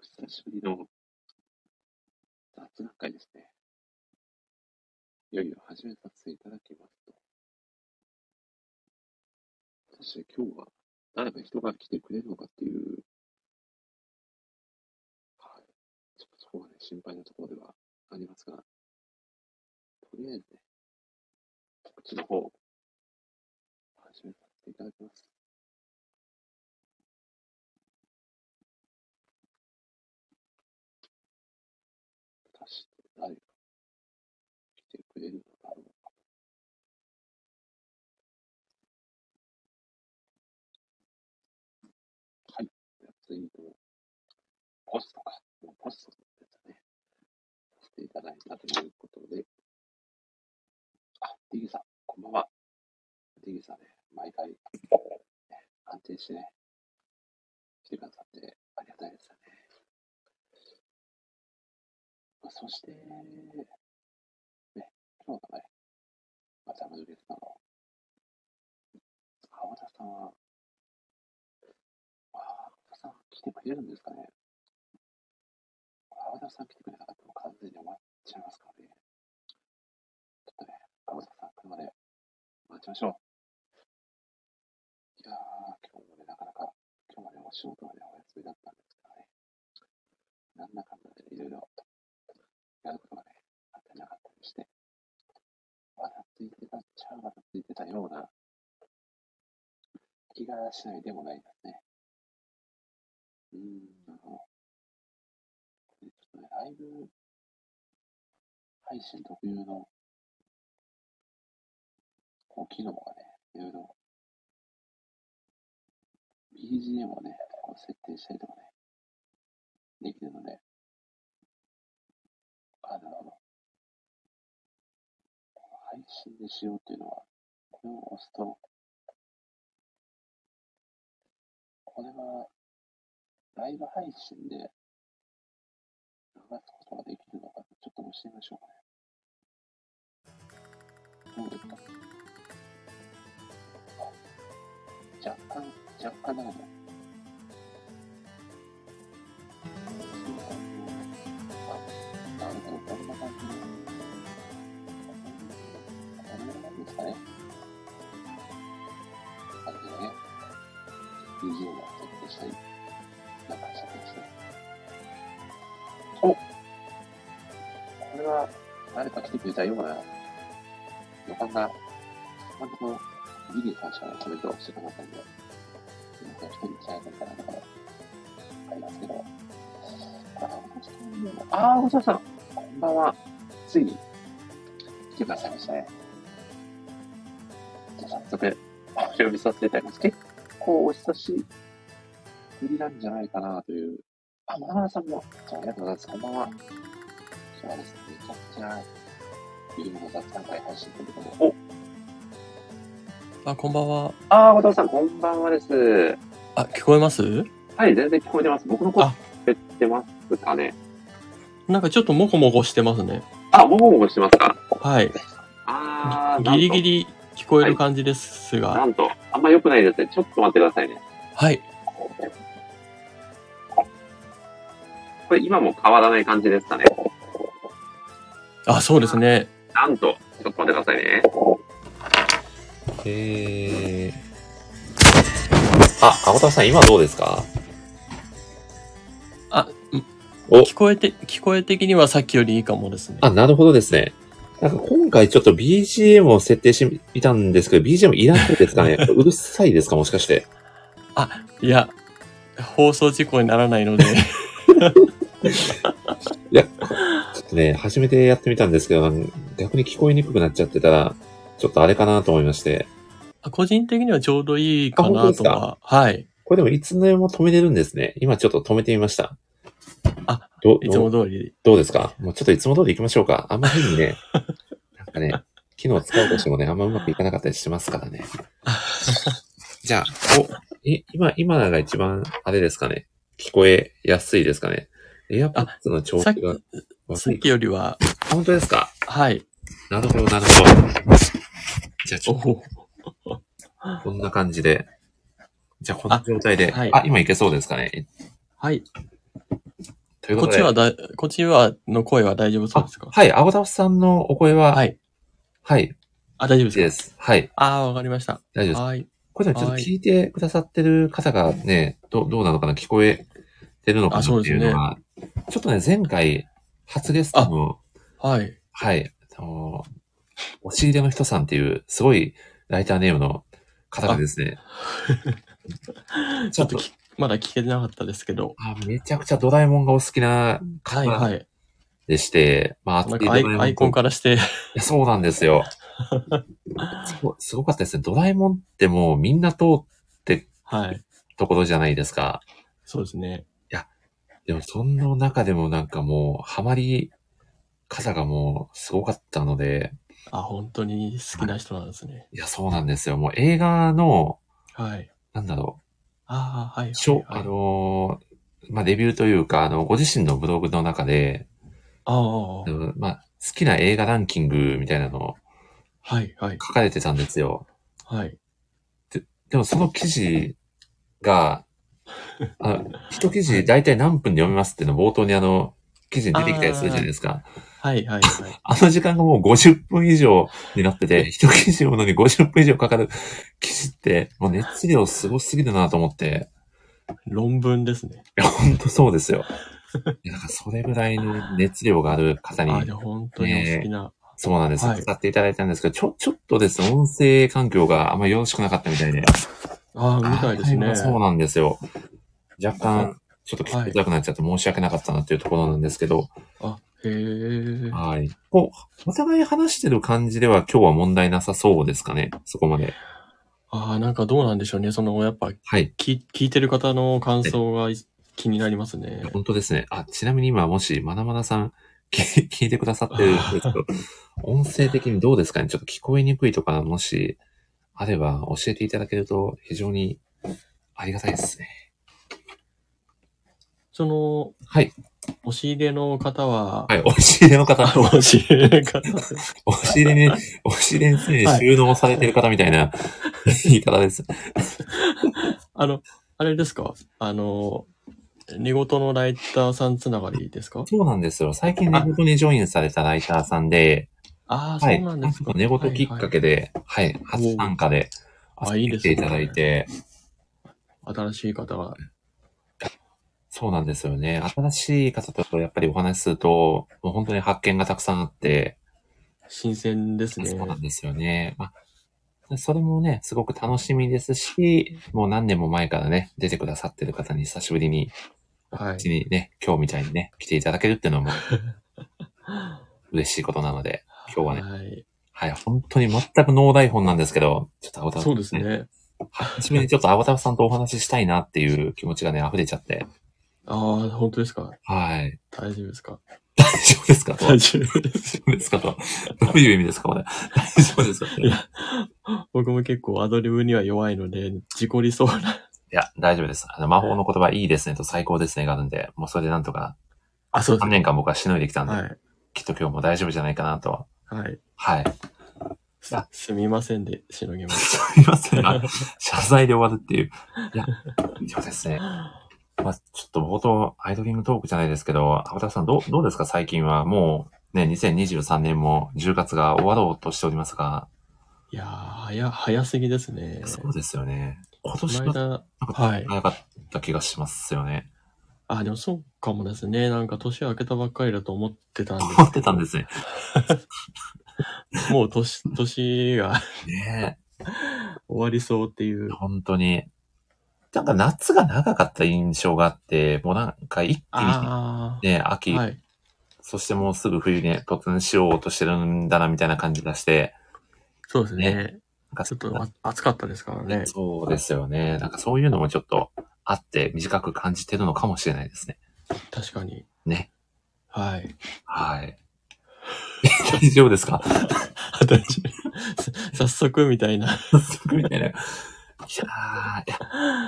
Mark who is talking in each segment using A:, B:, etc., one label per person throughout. A: 久しぶりの雑談会ですね。いよいよ始めさせていただきますと。そして今日は誰か人が来てくれるのかっていう、はい。ちょっとそこがね、心配なところではありますが、とりあえずね、告知の方、始めさせていただきます。果たして誰が来てくれるのだろうか。はい。ツイートをポストか。もうポストですね。させていただいたということで。あ、ディギさん、こんばんは。ディギさんね、毎回、ね安定してね、来てくださってありがたいですよね。まあそして、ね、今日のね、渡辺ゲストの、青田さんは、あ青田さん来てくれるんですかね。青田さん来てくれなかったらもう完全に終わっちゃいますからね。ちょっとね、青田さん来るまで待ちましょう。いやー、今日もね、なかなか、今日はね、お仕事はね、お休みだったんですけどね。なんだかんだで、ね、いろいろやることがね、あってなかったりして、笑っていてたっちゃ笑っていてたような気がしないでもないですね。うーん、あの、これちょっとね、ライブ配信特有のこう機能がね、いろいろ BGM をね、こう設定したりとかね、できるので、あの、配信でしようっていうのは、これを押すと、これは、ライブ配信で流すことができるのか、ちょっと押してみましょうかね。どうですか若干、若干だけど、なるほど、こんな感じで。こんな感じですかね。あれでね、BGM を設定したり、なんかしたりして。おこれは、誰か来てくれたような予感が、今のところ、リリーさんしかね、コメントをしてくれなかったんで、僕は一人にしないといけないところ、ありますけど。ああー、おささん、こんばんは。ついに来てくださいましたね。じゃあ早速、お呼びさせていただきます。結構お久しぶりなんじゃないかなという。あ、マナーさんも、じゃあありがとうございます。こんばんは。今日はですね、めちゃくちゃ、ビルの雑談会配信ということで。お、
B: あ、こんばんは。
A: あー、おささん、こんばんはです。
B: あ、聞こえます
A: はい、全然聞こえてます。僕の声聞
B: あ
A: こえてますかね。
B: なんかちょっともこもこしてますね。
A: あ、もごもごしてますか
B: はい。
A: あー、
B: ギリギ
A: リ。
B: リ聞こえる感じです
A: な
B: が。
A: んと、あんま良くないですね。ちょっと待ってくださいね。
B: はい。
A: これ今も変わらない感じですかね。
B: あ、そうですね。
A: なんと、ちょっと待ってくださいね。
C: えー、あ、青田さん、今どうですか
B: あ、ん
C: お
B: 聞こえて、聞こえ的にはさっきよりいいかもですね。
C: あ、なるほどですね。なんか今回ちょっと BGM を設定してみたんですけど、BGM いらないです かねうるさいですかもしかして。
B: いや、放送事故にならないので。
C: ちょっとね、初めてやってみたんですけど、逆に聞こえにくくなっちゃってたら、ちょっとあれかなと思いまして。
B: あ個人的にはちょうどいいか
C: あ本当
B: な
C: です
B: と
C: か
B: は。はい。
C: これでもいつでも止めれるんですね。今ちょっと止めてみました。
B: あ、
C: ど
B: いつも
C: ど
B: 通り。
C: どうですかもうちょっといつも通り行きましょうか。あんまりにね、なんかね、 機能使うとしてもね、あんまうまくいかなかったりしますから ね。じゃあ、お、い今、今のが一番、あれですかね。聞こえやすいですかね。エアポッツの調子
B: さっ
C: が
B: き、さ
C: 悪
B: っ
C: い。
B: きよりは、
C: あ本当ですか
B: はい。
C: なるほど、なるほど。じゃあ、ち
B: お
C: ょっ
B: お
C: とこんな感じで。じゃあ、こんな状態で。
B: あはい
C: あ、今いけそうですかね。
B: はい。
A: という
B: こ
A: こと
B: っち
A: で。
B: はだ、こっちは、の声は大丈夫そうですか
A: はい、青田さんのお声は、
B: は
A: はい、
B: い。あ、大
A: いい
B: 丈夫ですか
A: です。はい、
B: ああ、わかりました。
A: 大丈夫です。
B: はい。
A: これでもちょっと聞いてくださってる方がね、どうどうなのかな、聞こえてるのか
B: あ
A: な
B: そう
A: って
B: です
A: いう
B: ね
A: のは、ちょっとね、前回、初ゲストの、
B: はい。
A: はい、あの、押し入れの人さんっていう、すごいライターネームの方がですね、
B: ちょっとき、まだ聞けてなかったですけど。
A: あめちゃくちゃドラえもんがお好きな
B: は
A: 方
B: いはい。
A: でして、まあ、
B: なん
A: 熱い
B: か
A: ド
B: ア
A: ラえ
B: イ
A: もんと
B: アイコンからして、
A: いやそうなんですよすご。すごかったですね。ドラえもんってもうみんな通って
B: はい。
A: ところじゃないですか。
B: そうですね。
A: でも、その中でもなんかもう、ハマり方がもう、すごかったので、
B: あ、本当に好きな人なんですね。
A: いや、そうなんですよ。もう映画の、
B: はい。
A: なんだろ
B: ああ、はい。
A: う、しょ、
B: は
A: あ
B: いはい
A: のーまあ、レビューというか、あの、ご自身のブログの中で、
B: ああ
A: あ、のまあ、好きな映画ランキングみたいなのを
B: はいはい。
A: 書かれてたんですよ。
B: はい。
A: でも、その記事が、あの、一記事大体何分で読みますっていうの冒頭にあの、記事に出てきたりするじゃないですか。
B: はいはいはい。
A: あの時間がもう50分以上になって て、一記事読むのに50分以上かかる記事って、もう熱量すごすぎるなと思って、
B: 論文ですね。
A: いや、ほんとそうですよ。いや、なんかそれぐらいの熱量がある方に
B: あ、じゃあ本当にお好きな。
A: そうなんです、
B: はい
A: 使っていただいたんですけど、ちょ、ちょっとですね、音声環境があんまよろしくなかったみたいで。
B: ああ、みたいです
A: あー
B: ね。
A: そうなんですよ。若干、ちょっと聞きづらくなっちゃって申し訳なかったなっていうところなんですけど、
B: あ、へえ。
A: はい。こう、お互い話してる感じでは今日は問題なさそうですかね、そこまで。
B: ああ、なんかどうなんでしょうね。その、やっぱ、
A: はい。
B: 聞聞いてる方の感想が気になりますね。
A: 本当ですね。あ、ちなみに今もし、まなまなさん、 聞聞いてくださってるんですけ ど、音声的にどうですかねちょっと聞こえにくいとか、もし、あれば教えていただけると非常にありがたいですね。
B: その、
A: はい。
B: 押し入れの方は、
A: はい、押し入れの方、
B: あ押し入れの方。
A: 押し入れ に、押し入れに常に収納されてる方みたいな 言い方です。
B: あの、あれですかあの、寝言のライターさんつながりですか
A: そうなんですよ。最近寝言にジョインされたライターさんで、
B: ああ、
A: は
B: そ
A: い、
B: うなん
A: な
B: で
A: ん
B: すか
A: か。寝言きっかけで、はい、初参加で、
B: おーあいいです
A: て
B: ね
A: いただいて、
B: はいはい新しい方が。
A: そうなんですよね。新しい方とやっぱりお話しすると、もう本当に発見がたくさんあって、
B: 新鮮ですね
A: そう。なんですよね。まあ、それもね、すごく楽しみですし、もう何年も前からね、出てくださってる方に久しぶりに、
B: は
A: う
B: い。
A: ちにね、今日みたいにね、来ていただけるっていう のも、嬉しいことなので、今日はね、
B: はい。
A: はい、本当に全くノー台本なんですけど、ちょっと青田
B: そうです。ね。
A: 初めにちょっと青田さんとお話ししたいなっていう気持ちがね、溢れちゃって、
B: ああ、本当ですか
A: はい。
B: 大丈夫ですか
A: 大丈夫ですかと
B: 大丈夫です。
A: 大丈夫ですかと。どういう意味ですかこれ。大丈夫ですか
B: いや僕も結構アドリブには弱いので、事故りそ うな。
A: いや、大丈夫です。あの、魔法の言葉いいですねと最高ですねがあるんで、もうそれでなんとか、
B: あ、そうで
A: 3
B: すね。
A: 年間僕はしのいできたんで、
B: はい。
A: きっと今日も大丈夫じゃないかなと。
B: はい。
A: はい。
B: すすみませんで、しのぎます。
A: すいません。あ謝罪で終わるっていう。いや、そうですね。まあ、ちょっと冒頭、アイドリングトークじゃないですけど、青田さん、どう、どうですか最近は。もう、ね、2023年も10月が終わろうとしておりますが、
B: いやー、早、早すぎですね。
A: そうですよね。今
B: こ
A: 年
B: の
A: は
B: 間、
A: なんか
B: はい。
A: 早かった気がしますよね。
B: あ、でもそうかもですね。なんか年明けたばっかりだと思ってたんで
A: 思ってたんですね。
B: す けど、もう年、年が
A: ね
B: 終わりそうっていう
A: え、。本当に。なんか夏が長かった印象があって、もうなんか一気に
B: あ
A: ね、
B: あ、
A: 秋、
B: はい。
A: そしてもうすぐ冬に突入しようとしてるんだなみたいな感じがして、
B: そうですね。
A: なんか
B: ちょっとあ暑かったですからね。
A: そうですよね。なんかそういうのもちょっとあって短く感じてるのかもしれないですね。
B: 確かに。
A: ね。
B: はい。
A: はい。大丈夫ですか
B: 早速みたいな。
A: みたいな。いやーいや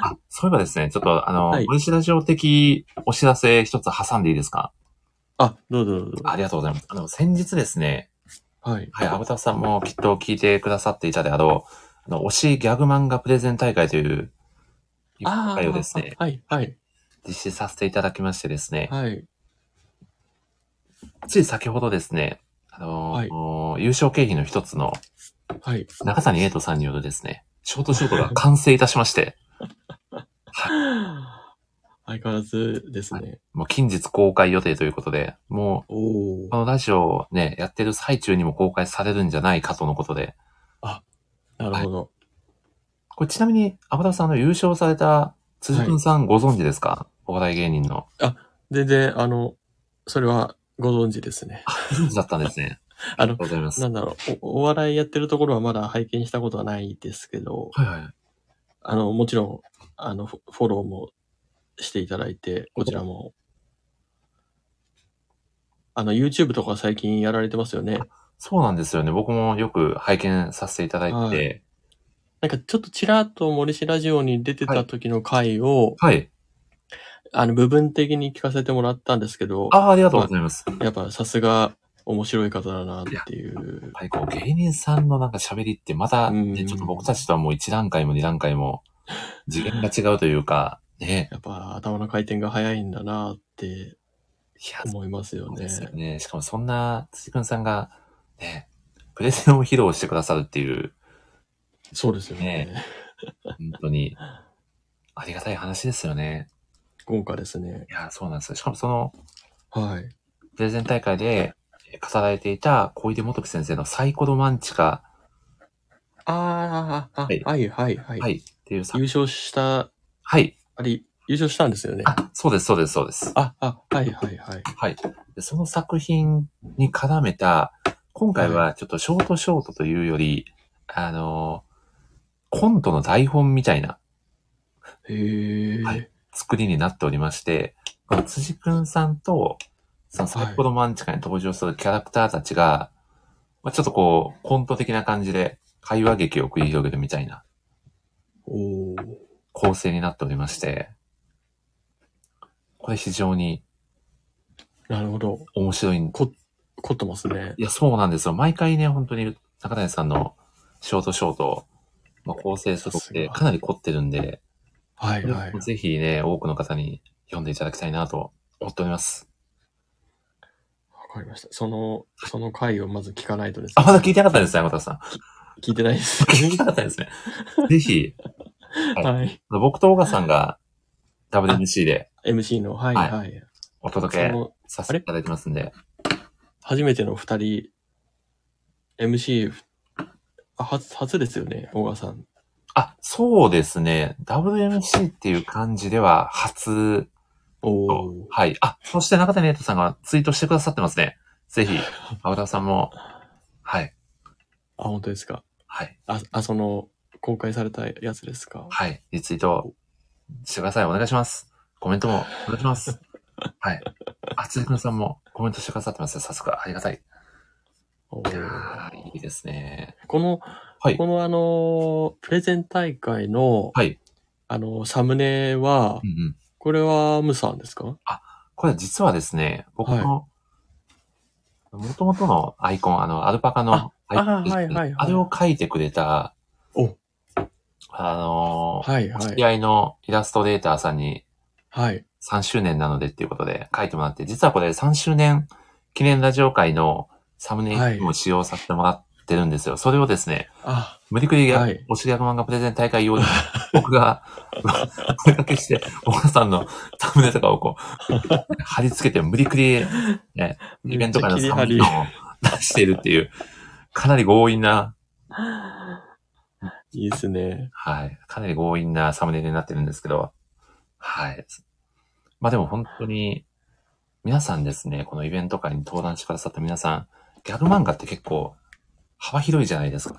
A: あ、そういえばですね、ちょっとあの、
B: はい
A: ボイシラジオ的お知らせ一つ挟んでいいですか
B: あ、どうぞどうぞ。
A: ありがとうございます。あの、先日ですね、
B: はい。
A: はい、アブタフさんもきっと聞いてくださっていたであろう、あの、推しギャグ漫画プレゼン大会という、
B: あ
A: 会をですね、
B: はい、はい、
A: 実施させていただきましてですね、
B: はい。
A: つい先ほどですね、あのー優勝経費の一つの
B: はい。
A: 中谷瑛斗さんによるですね、ショートショートが完成いたしまして、
B: 相変わらずですね。
A: もう近日公開予定ということで、も
B: お
A: う、
B: ー
A: このラジオをね、やってる最中にも公開されるんじゃないかとのことで、
B: なるほど。
A: これちなみに、アバターさんの優勝された辻君さん、ご存知ですかお笑い芸人の。
B: 全然、あの、それはご存知ですね。
A: ご存知だったんですね。
B: あ
A: ありが
B: の、
A: とうございます。
B: な
A: は
B: んだろうお、お笑いやってるところはまだ拝見したことはないですけど、
A: いはい。
B: あの、もちろん、あの、フォフォローもしていただいて、こちらも。あの、YouTube とか最近やられてますよね。
A: そうなんですよね。僕もよく拝見させていただいて。
B: なんかちょっとちらっと森氏ラジオに出てた時の回を、
A: はい。
B: あの、部分的に聞かせてもらったんですけど、
A: ああ、ありがとうございます。
B: やっぱさすが面白い方だなっていう。
A: はい、こう芸人さんのなんか喋りってまた、
B: うん
A: ね、ちょっと僕たちとはもう一段階も二段階も次元が違うというか、ね。
B: やっぱ頭の回転が早いんだなって
A: いや、
B: 思いますよ
A: そう
B: ね
A: で。すよね。しかもそんな辻君さんが、ね、プレゼンを披露してくださるっていう、
B: そうですよね。
A: 本当にありがたい話ですよね。
B: 豪華ですね。
A: いや、そうなんですよ。しかもその
B: はい。
A: プレゼン大会でえ語られていた小出元樹先生のサイコロマンチカ、
B: ああ、
A: はい
B: はい、はい、はい。
A: はい、っていうさ
B: 優、勝した、
A: はい。
B: あれ、優勝したんですよね。
A: あ、そうです、そうです、そうです。
B: あ、あ、はい、はい、はい。
A: はい。でその作品に絡めた、今回はちょっとショートショートというより、あのーコントの台本みたいな
B: へえ、
A: はい作りになっておりまして、まあ辻くんさんと、そのサイコロマンチカに登場するキャラクターたちが、まあ、ちょっとこう、コント的な感じで会話劇を繰り広げるみたいな
B: おお。
A: 構成になっておりまして、これ非常に
B: なるほど。
A: 面白いん
B: 凝ってますね。
A: いや、そうなんですよ。毎回ね、本当に中谷さんのショートショート、まあ、構成するっ
B: さす
A: て
B: が
A: かなり凝ってるんで、
B: はい、はい。
A: ぜひね、多くの方に読んでいただきたいなと思っております。
B: わかりました。その、その回をまず聞かないとです
A: あ、
B: ね。
A: まだ聞いてなかったですね、山田さん。
B: 聞いてないです。
A: 聞いてなかったですね。ぜひ、はい
B: はい。
A: 僕と岡さんが WMC で
B: MC の、はい、
A: はい
B: はい。
A: お届
B: そ
A: け
B: の、
A: させていただいてますんで、
B: 初めての二人、MC、あ初、初ですよね、小川さん。
A: あ、そうですね。WMC っていう感じでは初
B: おお。
A: はい。あ、そして中谷瑛斗さんがツイートしてくださってますね。ぜひ、青田さんも、はい、
B: あ、本当ですか。
A: はい、
B: あ、あ、その、公開されたやつですか。
A: はい、リツイートしてください。お願いします。コメントもお願いします。 はい。あ、つじくんさんもコメントしてくださってますよ。早速、ありがたい。
B: お
A: いや
B: ー
A: ーいいですね。
B: この、
A: はい
B: こ。のあの、プレゼン大会の、
A: はい。
B: あの、サムネは
A: うん、うん。
B: これはムさんですか
A: これ実はですね、僕の、もともとのアイコン、あの、アルパカのアイコン
B: あーはいはいはい
A: あれを描いてくれた、
B: お
A: あのー
B: はい、は
A: 知
B: い
A: り。合いのイラストレーターさんに
B: はい。
A: 3周年なのでっていうことで書いてもらって、実はこれ3周年記念ラジオ会のサムネイルにも使用させてもらってるんですよ。それをですね、
B: あ、
A: 無理くりや、
B: はい
A: おしりやく漫画プレゼン大会用に、 僕が、お声掛けして、お母さんのサムネとかをこう、貼り付けて無理くり、ね、イベント会のサムネを出してるっていう、かなり強引な、
B: いいですね。
A: はい。かなり強引なサムネになってるんですけど、はい。まあでも本当に、皆さんですね、このイベント会に登壇してくださった皆さん、ギャグ漫画って結構幅広いじゃないですか。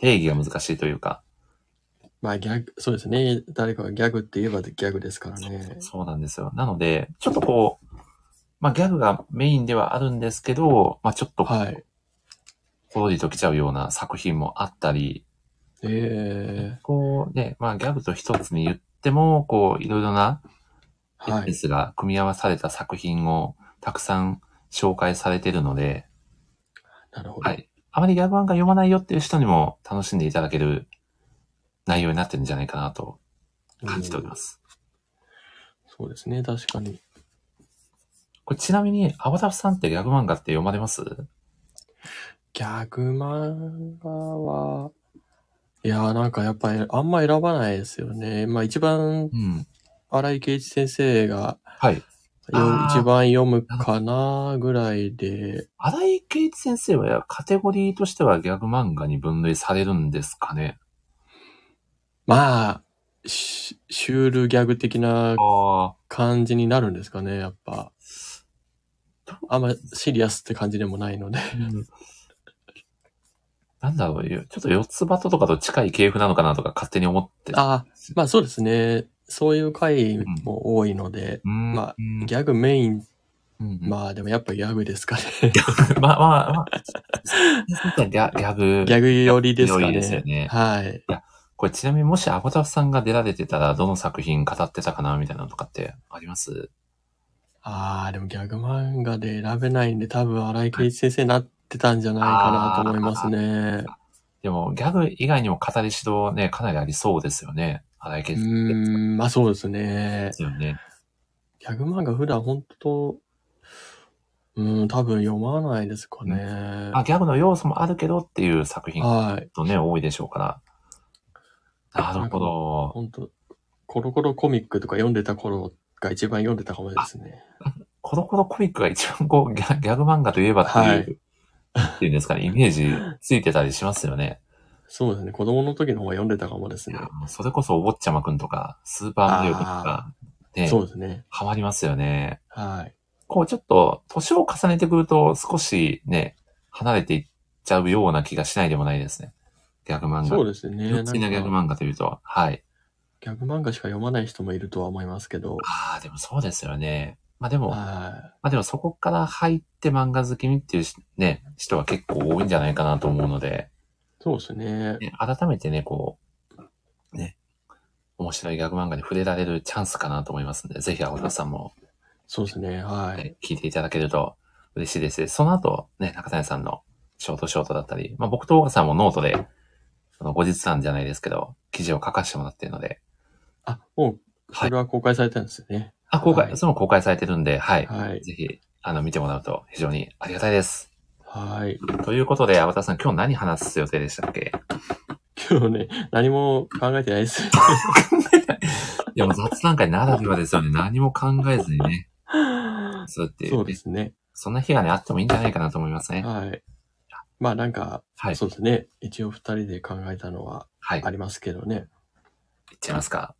A: 定義が難しいというか。
B: まあギャグ、そうですね。誰かがギャグって言えばギャグですからね。
A: そうなんですよ。なので、ちょっとこう、まあギャグがメインではあるんですけど、まあちょっと
B: はい。
A: ほろりと来ちゃうような作品もあったり、
B: ええ
A: こうね、まあギャグと一つに言っても、こういろいろなエ
B: は
A: ッセ
B: い。
A: スが組み合わされた作品をたくさん紹介されているので、
B: なるほど。
A: はい。あまりギャグ漫画読まないよっていう人にも楽しんでいただける内容になってるんじゃないかなと感じております。
B: そうですね。確かに。
A: これちなみに、アバタフさんってギャグ漫画って読まれます
B: ギャグ漫画は、いやーなんかやっぱりあんま選ばないですよね。まあ一番
A: うん。
B: 荒井圭一先生が
A: はい。
B: よ
A: あー
B: 一番読むかなぐらいで、
A: 荒井圭一先生はカテゴリーとしてはギャグ漫画に分類されるんですかね
B: まあ、シシュールギャグ的な
A: ああ。
B: 感じになるんですかね、やっぱ。あんまシリアスって感じでもないので。
A: なんだろう、よちょっと四つ葉とかと近い系譜なのかなとか勝手に思って。
B: あーまあそうですね。そういう回も多いので、
A: うん、
B: まあ
A: うん
B: ギャグメイン、
A: うんま
B: まあでもやっぱギャグですかね。
A: あ、まあ、まあ、ま あ、ギャギャグ。
B: ギャグ寄りですか
A: 寄りですよ
B: ね。
A: ね
B: はい。
A: これちなみにもしアボタフさんが出られてたら、どの作品語ってたかなみたいなのとかってあります
B: ああ、でもギャグ漫画で選べないんで、多分荒井圭一先生になってたんじゃないかなと思いますね。
A: でも、ギャグ以外にも語り指導ね、かなりありそうですよね。荒井
B: う
A: 圭
B: ー
A: 一さんってで
B: ん、まあそうですね。
A: すよね。
B: ギャグ漫画普段本当うん、多分読まないですかね。
A: まあ、ギャグの要素もあるけどっていう作品
B: はい。
A: とね、多いでしょうから。なるほど。
B: 本当コロコロコミックとか読んでた頃が一番読んでたかもですね。
A: コロコロコミックが一番こうギ ャ、ギャグ漫画といえばっていう、
B: はい
A: っていうんですかね、イメージついてたりしますよ ね。
B: そうですね。子供の時の方が読んでたかもです
A: い
B: ね
A: や。もうそれこそお坊ちゃまくんとか、スーパーマリオくんとか、ね、
B: そうですね。
A: ハマりますよね。
B: はい。
A: こうちょっと、年を重ねてくると少しね、離れていっちゃうような気がしないでもないですね。ギャグ漫画。
B: そうですね。
A: 純
B: なんか
A: 粋なギャグ漫画というと、はい。
B: ギャグ漫画しか読まない人もいるとは思いますけど。
A: ああ、でもそうですよね。まあでも、ま
B: はい。
A: あでもそこから入って漫画好きにっていうしね、人は結構多いんじゃないかなと思うので、
B: そうですね。
A: ね、改めてね、こう、ね、面白いギャグ漫画に触れられるチャンスかなと思いますので、ぜひ青田さんも、
B: そうですね。は。
A: はいい、聞いていただけると嬉しいです。その後、ね、中谷さんのショートショートだったり、まあ僕と大川さんもノートで、その後日談じゃないですけど、記事を書かせてもらっているので、
B: あ、もう、それは公開されたんですよね。
A: あ、公開、
B: はい
A: その公開されてるんで、はい。
B: はい。
A: ぜひ、あの、見てもらうと非常にありがたいです。
B: はい。
A: ということで、アバターさん、今日何話す予定でしたっけ
B: 今日ね、何も考えてないです。
A: いや、もう雑談会ならではですよね。何も考えずにね、そうっていう
B: そ
A: ね、
B: うですね。
A: そんな日がね、あってもいいんじゃないかなと思いますね。
B: はい。まあなんか、
A: はい。
B: そうですね。一応二人で考えたのは
A: はい。い
B: ありますけどね。
A: っちゃいますか。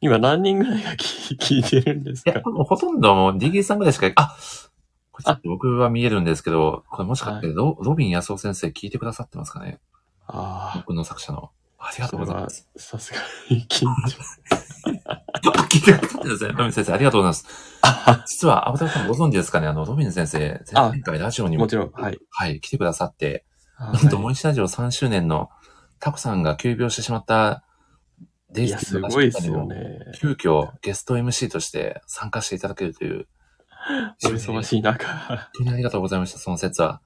B: 今何人ぐらいが聞い 聞いてるんです
A: いや、
B: か
A: これもうほとんどもう、ディギーさんぐらいしか、あこれちょっと僕は見えるんですけど、これもしかしてロ、ロビン安夫先生聞いてくださってますかね
B: あ
A: 僕の作者の。ありが
B: あ、
A: と
B: そうれ
A: ございま
B: は
A: す。
B: さすがに緊張。
A: 聞いてくださってるんですね。ロビン先生、ありがとうございます。 実は、アブタさんご存知ですかねあの、ロビン先生、
B: あ
A: 前回ラジオにも
B: もちろん、 はい。
A: はい、来てくださって、な
B: は
A: んと、
B: い
A: 森下ラジオ3周年のタコさんが急病してしまったデ
B: いや、すごいですよね。
A: 急遽ゲスト MC として参加していただけるという。
B: お忙
A: い。
B: しい中。
A: 本当にありがとうございました、その説は。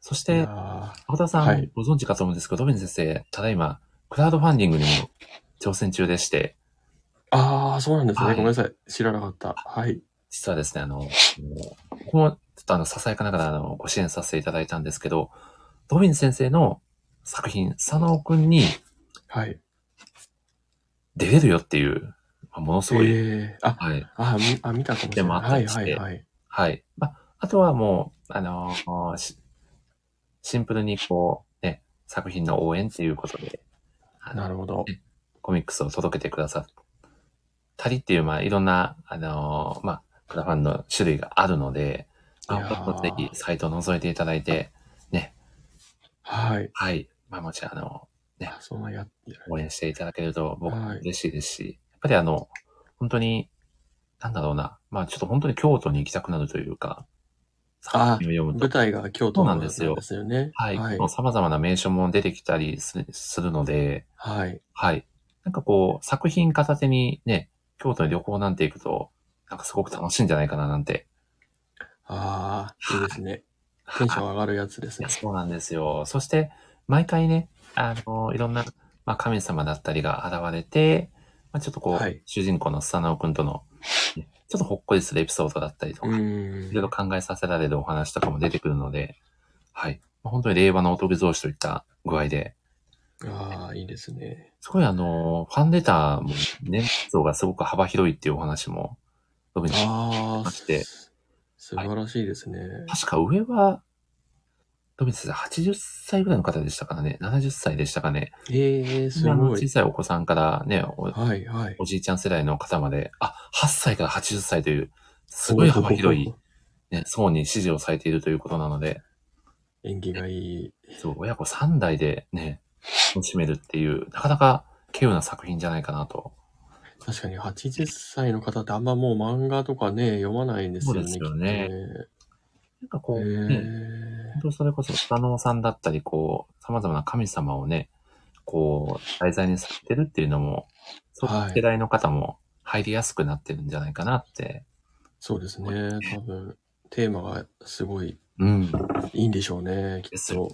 A: そし
B: い
A: て、
B: やー
A: 青田さん、
B: はい
A: ご存知かと思うんですけど、ロビン先生、ただいま、クラウドファンディングにも挑戦中でして、
B: ああ、そうなんですね。
A: はい
B: ごめんなさい。知らなかった。はい。
A: 実はですね、あの、もうここもちょっとあの、ささやかながらあの、ご支援させていただいたんですけど、ロビン先生の作品、佐野くんに
B: はい。
A: 出れるよっていう、まあものすごい、
B: えーあ、
A: はい、
B: あ、みあ見たかもしれない。
A: でもあった
B: は
A: り
B: い
A: して
B: はいはい。
A: はい。まあ、あとはもう、あのーしシンプルにこう、ね、作品の応援っていうことで、あの
B: なるほど。
A: コミックスを届けてくださったりっていう、まあ、いろんな、あのーまあ、クラファンの種類があるので、ま
B: いや
A: あ、
B: ー
A: ぜひサイトを覗いていただいて、
B: はい。
A: はい。まあ、もちろん、あの、
B: あそんなやってる。
A: 応援していただけると僕
B: はい
A: 嬉しいですし、やっぱりあの、本当に、なんだろうな、まあ、ちょっと本当に京都に行きたくなるというか、
B: あー
A: 読むと
B: 舞台が京都
A: そうなんですよ
B: ですよね。
A: はい。
B: はい
A: もう。様々な名所も出てきたりすするので、
B: はい。
A: はい。なんかこう、作品片手にね、京都に旅行なんて行くと、なんかすごく楽しいんじゃないかななんて。
B: ああ、いいですね。テンション
A: は
B: 上がるやつです
A: いい
B: ね
A: や。そうなんですよ。そして、毎回ね、あの、いろんな、まあ、神様だったりが現れて、ままあ、ちょっとこう、
B: はい
A: 主人公のスサナオくんとの、ねちょっとほっこりするエピソードだったりとか、
B: うん
A: いろいろ考えさせられるお話とかも出てくるので、はい。まあ本当に令和のおとぎ造詞といった具合で、
B: ああ、いいですね。
A: すごいあの、ファンレターも年層がすごく幅広いっていうお話も、特に
B: ああ、
A: まして
B: す素晴らしいですね。
A: 確か上は、ドミツさん80歳ぐらいの方でしたからね、70歳でしたかね。
B: ええー、す
A: あの
B: ご
A: 小
B: い。
A: さいお子さんからねお、
B: はい、はい。
A: おじいちゃん世代の方まで、あ、8歳から80歳という、すごい幅広い、ね、層に支持をされているということなので、
B: 演技がいい。
A: そう、親子3代でね、楽しめるっていう、なかなか稀有な作品じゃないかなと。
B: 確かに80歳の方ってあんまもう漫画とかね、読まないんですよね。
A: そうですよねなんかこ
B: きっと
A: う、
B: ね。
A: ね、本当にそれこそ、スタノさんだったり、こう、様々な神様をね、こう、題材にされてるっていうのも、そう
B: はい
A: いう世代の方も入りやすくなってるんじゃないかなって。
B: そうですね。多分、テーマがすごい
A: うん。
B: いいんでしょうね、き
A: で
B: っ
A: すよ
B: と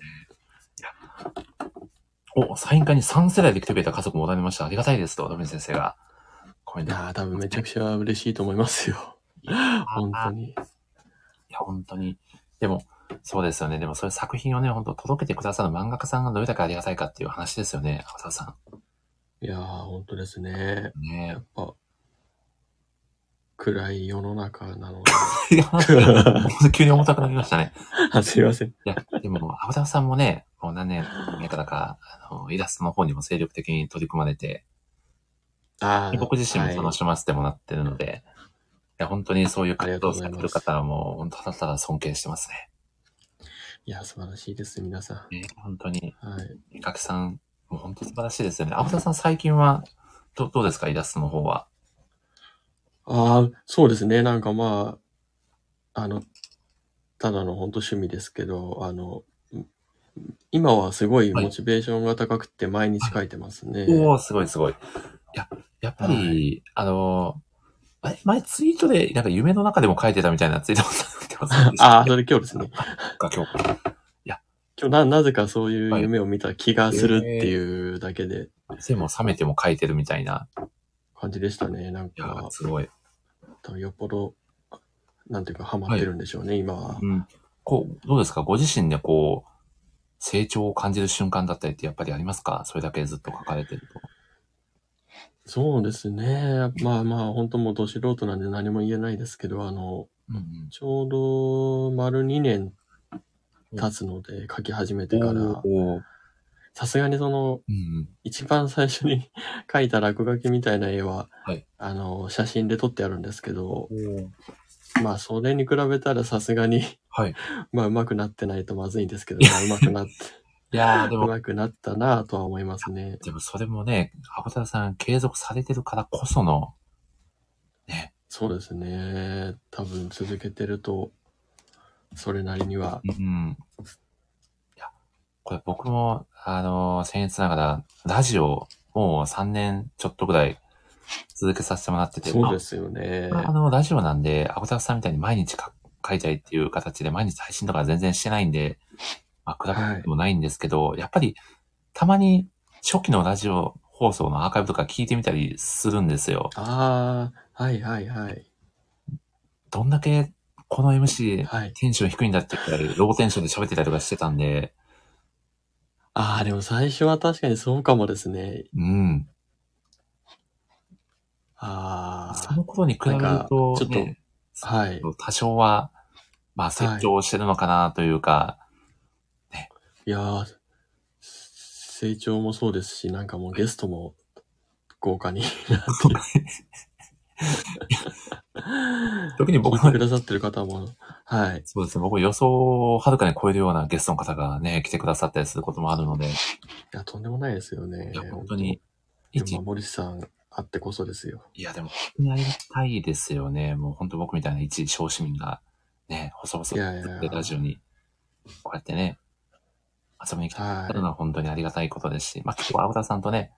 A: ね。お、サイン会に3世代で来てくれた家族もおられました。ありがたいですと、ドミ先生が。コメン
B: い
A: ト。
B: やー、多分めちゃくちゃ嬉しいと思いますよ。本当に。
A: いや、本当に。でも、そうですよね。でも、そういう作品をね、本当届けてくださる漫画家さんがどれだけありがたいかっていう話ですよね、浅田さ
B: いやー、本当ですね。
A: ん。ね
B: やっぱ、暗い世の中 なので。
A: え。いや、急に重たくなりましたね。
B: あすいません。
A: いや、でも、アバターさんもね、もう何年前からか、あの、イラストの方にも精力的に取り組まれて、
B: あー
A: 僕自身も楽しませてもらってるので、い、や、本当にそういう活動をされてる方はもう、本当ただただ尊敬してますね。
B: いや、素晴らしいです、皆さ
A: ね本当に、
B: ん。はい。
A: 絵描きさん、もう本当素晴らしいですよね。アバターさん最近は、どどうですか、イラストの方は。
B: ああ、そうですね。なんかまあ、あの、ただの本当趣味ですけど、あの、ん今はすごい
A: はい
B: モチベーションが高くて毎日書いてますね。
A: おおすごいすごい。いや、やっぱり、
B: は
A: あの、あれ前ツイートで、なんか夢の中でも書いてたみたいなツイートもされてます
B: ああ、それ今日ですね。
A: か、今日。
B: 今日な、なぜかそういう
A: はい
B: 夢を見た気がするっていうだけで
A: 背も冷めても書いてるみたいな。
B: 感じでしたね。なん
A: いやー
B: か、
A: すごい。
B: 多分よっぽど、なんていうかハマってるんでしょうね、今は。
A: うん。こう、どうですかご自身でこう、成長を感じる瞬間だったりってやっぱりありますかそれだけずっと書かれてると。
B: そうですね。まあまあ、本当もうど素人なんで何も言えないですけど、あの、
A: うんうん。
B: ちょうど丸2年経つので書き始めてから、
A: おー
B: さすがにその
A: うん
B: 一番最初に 書いた落書きみたいな絵は、
A: はい
B: あの写真で撮ってあるんですけど、
A: うん。
B: まあそれに比べたらさすがに
A: はい。
B: まあ上手くなってないとまずいんですけど、まあ上手 くなっ
A: いやーでも、
B: 上手くなったなぁとは思いますね。
A: でもそれもね、アバターさん継続されてるからこその、ね。
B: そうですね。多分続けてると、それなりには。
A: うん。いや、これ僕も、あのー、僭越ながら、ラジオ、もう3年ちょっとぐらい続けさせてもらってて、
B: そうですよね。
A: まああの、ラジオなんで、アゴタフさんみたいに毎日か書いたいっていう形で毎日配信とか全然してないんで、まあ、比べてもないんですけど、やっぱり、たまに初期のラジオ放送のアーカイブとか聞いてみたりするんですよ。
B: ああ、はいはいはい。
A: どんだけこの MC
B: はい。
A: テンション低いんだってくらい、ローテンションで喋ってたりとかしてたんで、
B: ああ、でも最初は確かにそうかもですね。
A: うん。
B: あ
A: その頃に比べる
B: なんか
A: と、
B: ちょっと
A: ね
B: あ、はい。
A: 多少は、まあ、成長してるのかなというか、
B: いやー、せ成長もそうですし、なんかもうゲストも豪華に
A: 特に僕
B: 聞いてくださってる方も、はい。
A: そうですね。僕予想をはるかに超えるようなゲストの方がね、来てくださったりすることもあるので、い
B: いや、とんでもないですよね。
A: や、本当に、
B: 本当。
A: 一
B: でも、森さんあってこそですよ。
A: いや、でも本当にありがたいですよね。もう本当僕みたいな一小市民が、ね、細々
B: いやいやい
A: で
B: や
A: ラジオに、こうやってね、遊びに来てくださるのは本当にありがたいことですし、まあ結構、青田さんとね、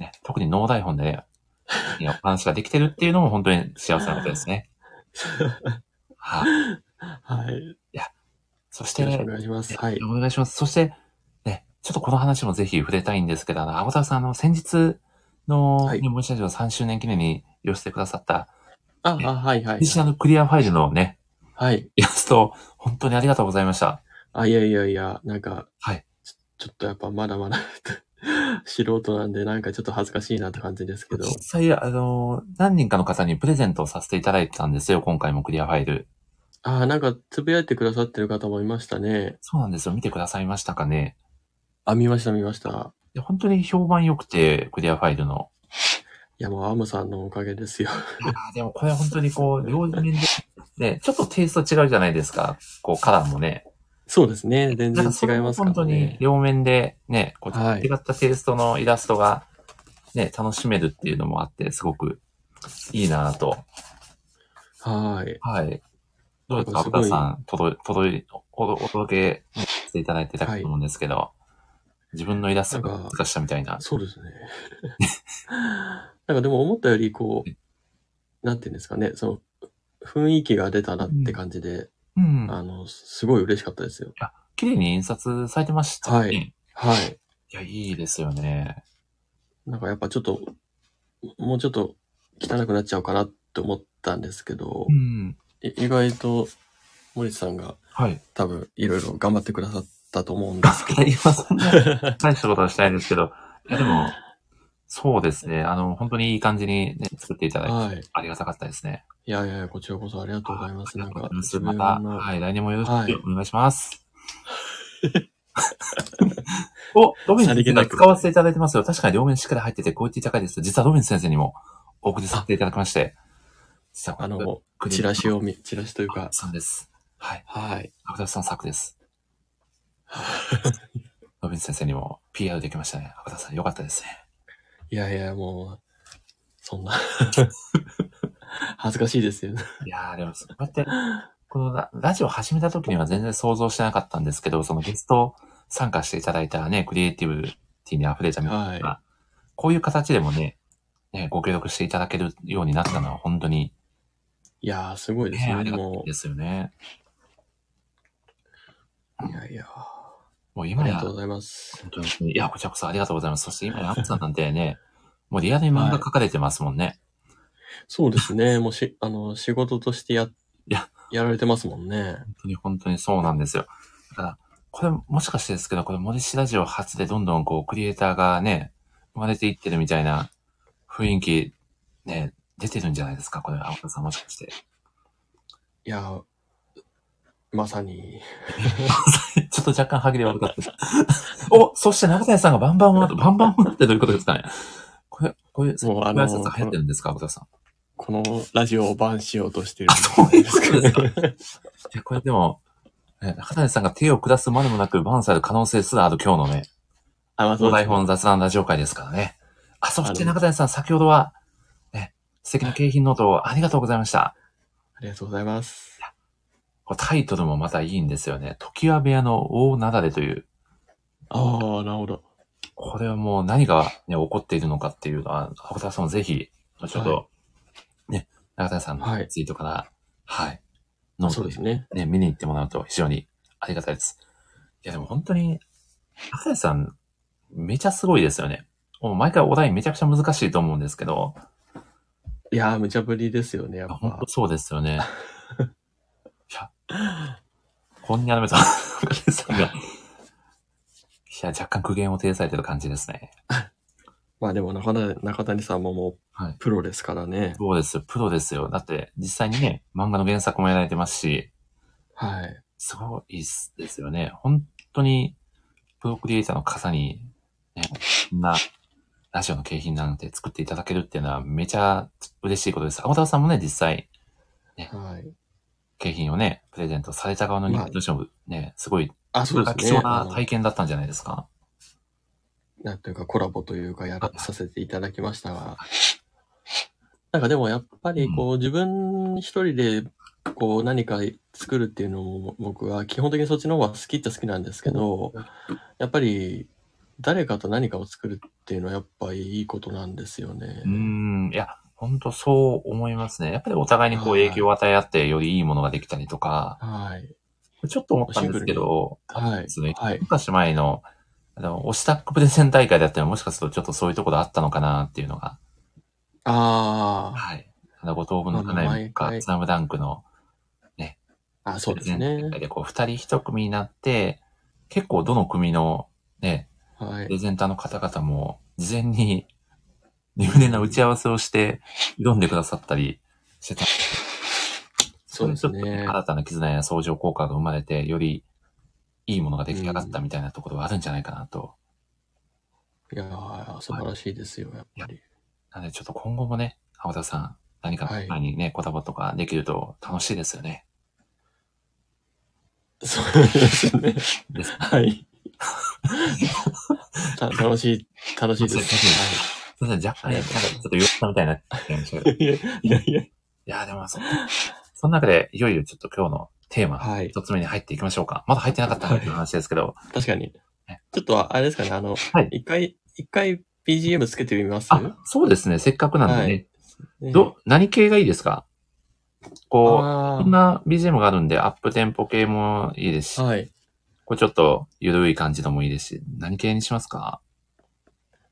A: ね、特に脳台本でね、いやお話ができてるっていうのも本当に幸せなことです ね。はい、
B: はい。
A: そして、
B: よろしくお願いします。はい。
A: お願いします。そして、ね、ちょっとこの話もぜひ触れたいんですけど、あの、アボタフさん、あの、先日、の
B: は、い
A: ね、森下氏の3周年記念に寄せてくださった、
B: あ、あ、はいはい
A: リ。シナのクリアファイルのね、
B: はい。
A: イラスト、本当にありがとうございました。
B: あ、いやいやいや、なんか、
A: はい
B: ちょ。ちょっとやっぱまだまだ 素人なんで、なんかちょっと恥ずかしいなって感じですけど。
A: 実際、あの、何人かの方にプレゼントをさせていただいてたんですよ、今回もクリアファイル。
B: あ、なんかつぶやいてくださってる方もいましたね。
A: そうなんですよ、見てくださいましたかね。
B: あ、見ました見ました。
A: で本当に評判良くて、クリアファイルの。
B: いやもうアムさんのおかげですよ。
A: いやーでもこれは本当にこう、両面で、ね、ちょっとテイスト違うじゃないですか、こう、カラーもね。
B: そうですね。全然違いま
A: なんか
B: す
A: それも本
B: か
A: 当
B: ら
A: に
B: ね。
A: 両面でね、こう
B: はい
A: 違ったテイストのイラストがね、楽しめるっていうのもあって、すごくいいなぁと。
B: はい。
A: はい。どうですか、
B: す
A: ア
B: ごい
A: ブタさん、届い、届い、おお届けしていただいてたと思うんですけど、自分のイラスト
B: な
A: が
B: んか
A: 難したみたいな。
B: そうですね。 なんかでも思ったよりこう、なんていうんですかね、その雰囲気が出たなって感じで、
A: うん。
B: あの、すごい嬉しかったですよ。
A: 綺麗に印刷されてました、
B: はい
A: い
B: はい。
A: や、いいですよね。
B: なんかやっぱちょっと、もうちょっと汚くなっちゃうかなって思ったんですけど、
A: うん。
B: い意外と森田さんが
A: はい。
B: 多分いろいろ頑張ってくださったと思うんですけど。
A: 今そんな 大したことはしてないんですけど、いやでも、そうですね。あの、本当にいい感じにね、作っていただいて、
B: はい。
A: ありがたかったですね。
B: いやいやいや、こちらこそありがとうございます。なんか、自
A: ま
B: 分
A: た、
B: の、
A: はい、来年もよろし
B: はい
A: くお願いし ます。お、ロビン
B: さ
A: 先
B: りげ
A: 生
B: な
A: が
B: く
A: 使わせていただいてますよ。確かに両面しっかり入ってて、クオリティ高いです。実はロビン先生にもお送りさせていただきまして。実は
B: あの、
A: クリ
B: チラシを見、チラシというか、
A: さんです。はい。
B: はい。
A: 角田さん作です。 ロビン先生にも PR できましたね。角田さん、よかったですね。
B: いやいや、もう、そんな。 恥ずかしいですよね。
A: いやー、でも、そうやって、このララジオ始めた時には全然想像してなかったんですけど、そのゲスト参加していただいたね、クリエイティブティに溢れたみたいな、
B: は
A: こういう形でもね、ね、ご協力していただけるようになったのは本当に、
B: いやー、すごいです
A: ね、あ
B: ね。
A: りがたい
B: も
A: ですよね。
B: う、いやいや、あ
A: もう今
B: り
A: や、
B: がとう
A: 本
B: ございます。
A: 当に、いや、こちらこそありがとうございます。そして今や、アムさんなんてね、もうリアルに漫画書かれてますもんね。
B: そうですね。 もうし、あの、仕事としてや、
A: や、
B: やられてますもんね。
A: 本当に本当にそうなんですよ。だから、これもしかしてですけど、これ森氏ラジオ初でどんどんこう、クリエイターがね、生まれていってるみたいな雰囲気、ね、出てるんじゃないですか、これ、青田さんもしかして。
B: いや、まさに。
A: ちょっと若干歯切れ悪かったです。 お、そして中谷さんがバンバン回って、バンバン回ってどういうことですかね。これ、こういう、
B: もうあ
A: ご挨
B: の
A: 拶が流行ってるんですか、青田さん。
B: このラジオをバンしようとしてる。
A: あそういうことですか
B: ですか
A: いや、これでも、ね中谷さんが手を下すまでもなく、バンされる可能性すらある今日のね、
B: あ、まあ、そ
A: お
B: うで
A: 台
B: すね
A: 本雑談ラジオ会ですからね。あ、そして
B: あの
A: 中谷さん、先ほどは、ね、素敵な景品ノートをありがとうございました。
B: ありがとうございます。
A: これタイトルもまたいいんですよね。時は部屋の大なだれという。
B: ああ、なるほど。
A: これはもう何が、ね、起こっているのかっていうのは、青田さんもぜひ、ちょっ
B: は
A: と、ね、中谷さん
B: は
A: の
B: い
A: ツイートから、はい、ノート
B: そう
A: で
B: ですね。
A: ね、見に行ってもらうと非常にありがたいです。いや、でも本当に、中谷さん、めちゃすごいですよね。もう毎回お題めちゃくちゃ難しいと思うんですけど、
B: いやー、無茶ぶりですよね、やっ
A: あ
B: ぱ。
A: 本当そうですよ ね。いや、こんにゃらめと、さんが、いや、若干苦言を呈されてる感じですね。
B: まあでも中谷、中谷さんもも、
A: はいう
B: プロですからね。
A: そうですよ、プロですよ。だって、実際にね、漫画の原作もやられてますし、
B: はい。
A: すごいっすですよね。本当に、プロクリエイターの傘に、ね、こんな、ラジオの景品なんて作っていただけるっていうのはめちゃ嬉しいことです。青田さんもね、実際、
B: はい。
A: 景品をね、プレゼントされた側の人間としてもね、すごい、
B: あ、そう
A: が
B: で
A: 貴
B: すね
A: 重。な体験だったんじゃないですか。
B: あのなんというか、コラボというか、やらさせていただきましたが。 なんかでもやっぱり、こう、自分一人で、こう、何か作るっていうのも、僕は基本的にそっちの方が好きっちゃ好きなんですけど、やっぱり、誰かと何かを作るっていうのはやっぱりいいことなんですよね
A: うー。ん、いや、ほんとそう思いますね。やっぱりお互いにこう
B: はい
A: 影響を与え合って、よりいいものができたりとか、
B: はい。
A: ちょっと思ったんですけど、
B: はい
A: ですね。
B: はい。
A: 昔前の、あの、オシタックプレゼン大会だったらもしかするとちょっとそういうところあったのかなっていうのが、
B: あ
A: はい。あの、後藤の
B: まあ
A: 花嫁
B: 毎
A: か、
B: 回
A: スラムダンクの
B: あ、あそうです
A: プレゼン大
B: ね。
A: 会でこう、二人一組になって、結構どの組のね、
B: は
A: プレ
B: い。
A: ゼンターの方々も、事前に入念な打ち合わせをして、挑んでくださったりしてた。
B: そうです
A: れちょっと
B: ね。
A: 新たな絆や相乗効果が生まれて、よりいいものが出来上がったみたいなところはあるんじゃないかなと。
B: いやー、素晴らしいですよ、やっぱり。
A: なので、ちょっと今後もね、青田さん、何か
B: はい
A: 前にね、コラボとかできると楽しいですよね。
B: そうですね。はい。た楽しい、楽しいです。
A: す いません若干、なんかちょっと言ったみたいになっちゃいましたけど
B: はいいやいやいや。
A: いやーでもそう。その中で、いよいよちょっと今日のテーマ、
B: はい。
A: 一つ目に入っていきましょうか。まだ入ってなかったなっていう話ですけど、
B: 確かに
A: ね。
B: ちょっと、あれですかね、あの、
A: はい
B: 一回、一回 BGM つけてみます
A: あ、そうですね、せっかくなんでね。
B: はい。
A: ど、何系がいいですかこう、
B: あ
A: いろんな BGM があるんで、アップテンポ系もいいですし
B: ー、はい。
A: これちょっとゆるい感じのもいいですし、何系にしますか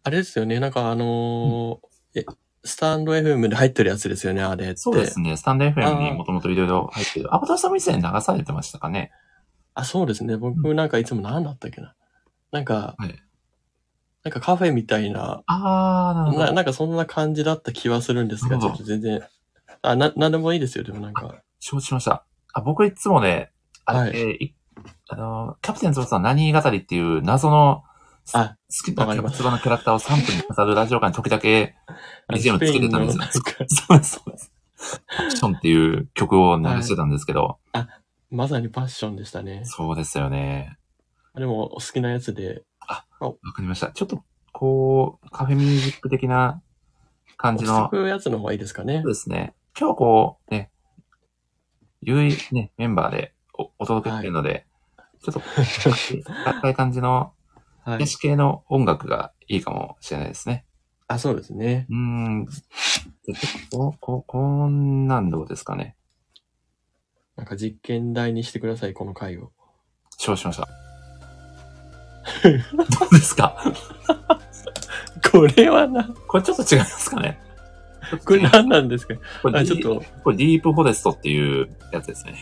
B: あれですよね、なんかあのーえ、スタンド FM で入ってるやつですよね、あれって。
A: そうですね、スタンド FM
B: あ
A: に
B: ー
A: もともといろいろ入ってる。アバターさんも以前流されてましたかね
B: あ、そうですね。僕なんかいつも何だったっけな。なんか、
A: はい
B: なんかカフェみたいな、
A: あー、なるほ
B: な
A: ど。
B: なんかそんな感じだった気はするんです
A: な
B: が、
A: る
B: ち
A: ほ
B: ょ
A: ど
B: っと全然、あ、な、なんでもいいですよ、でもなんか。
A: 承知しました。あ、僕いつもね、あ
B: は
A: れ、
B: い
A: えーいあの、キャプテン翼は何語りっていう謎の
B: あ、
A: 好きなキャプツバのキャラクターを3分に飾るラジオ館に時だけ
B: あの
A: BGM つけてたんですよ
B: スペインのなんか
A: そうです、そうです。パッションっていう曲を流してたんですけど、
B: まさにパッションでしたね。
A: そうですよね。
B: でも、お好きなやつで、
A: わかりました。ちょっと、こう、カフェミュージック的な感
B: 落
A: じ
B: ち
A: の
B: 着、くやつの方がいいですかね
A: そう。ですね。今日はこう、ね、ゆい、ね、メンバーでおお届けしてるので、ちょっと、高い感じの、
B: はい
A: 癒。し系の音楽がいいかもしれないですね。
B: あ、そうですね。
A: うーん。こ、こ、こんなんどうですかね。
B: なんか実験台にしてください、この回を。
A: 承知しま した。どうですか
B: これはな、
A: これちょっと違いますかね
B: これ何なんですか
A: これ
B: あ、
A: デ
B: ちょ
A: ィ
B: っ
A: ー
B: と、
A: これディープフォレストっていうやつですね。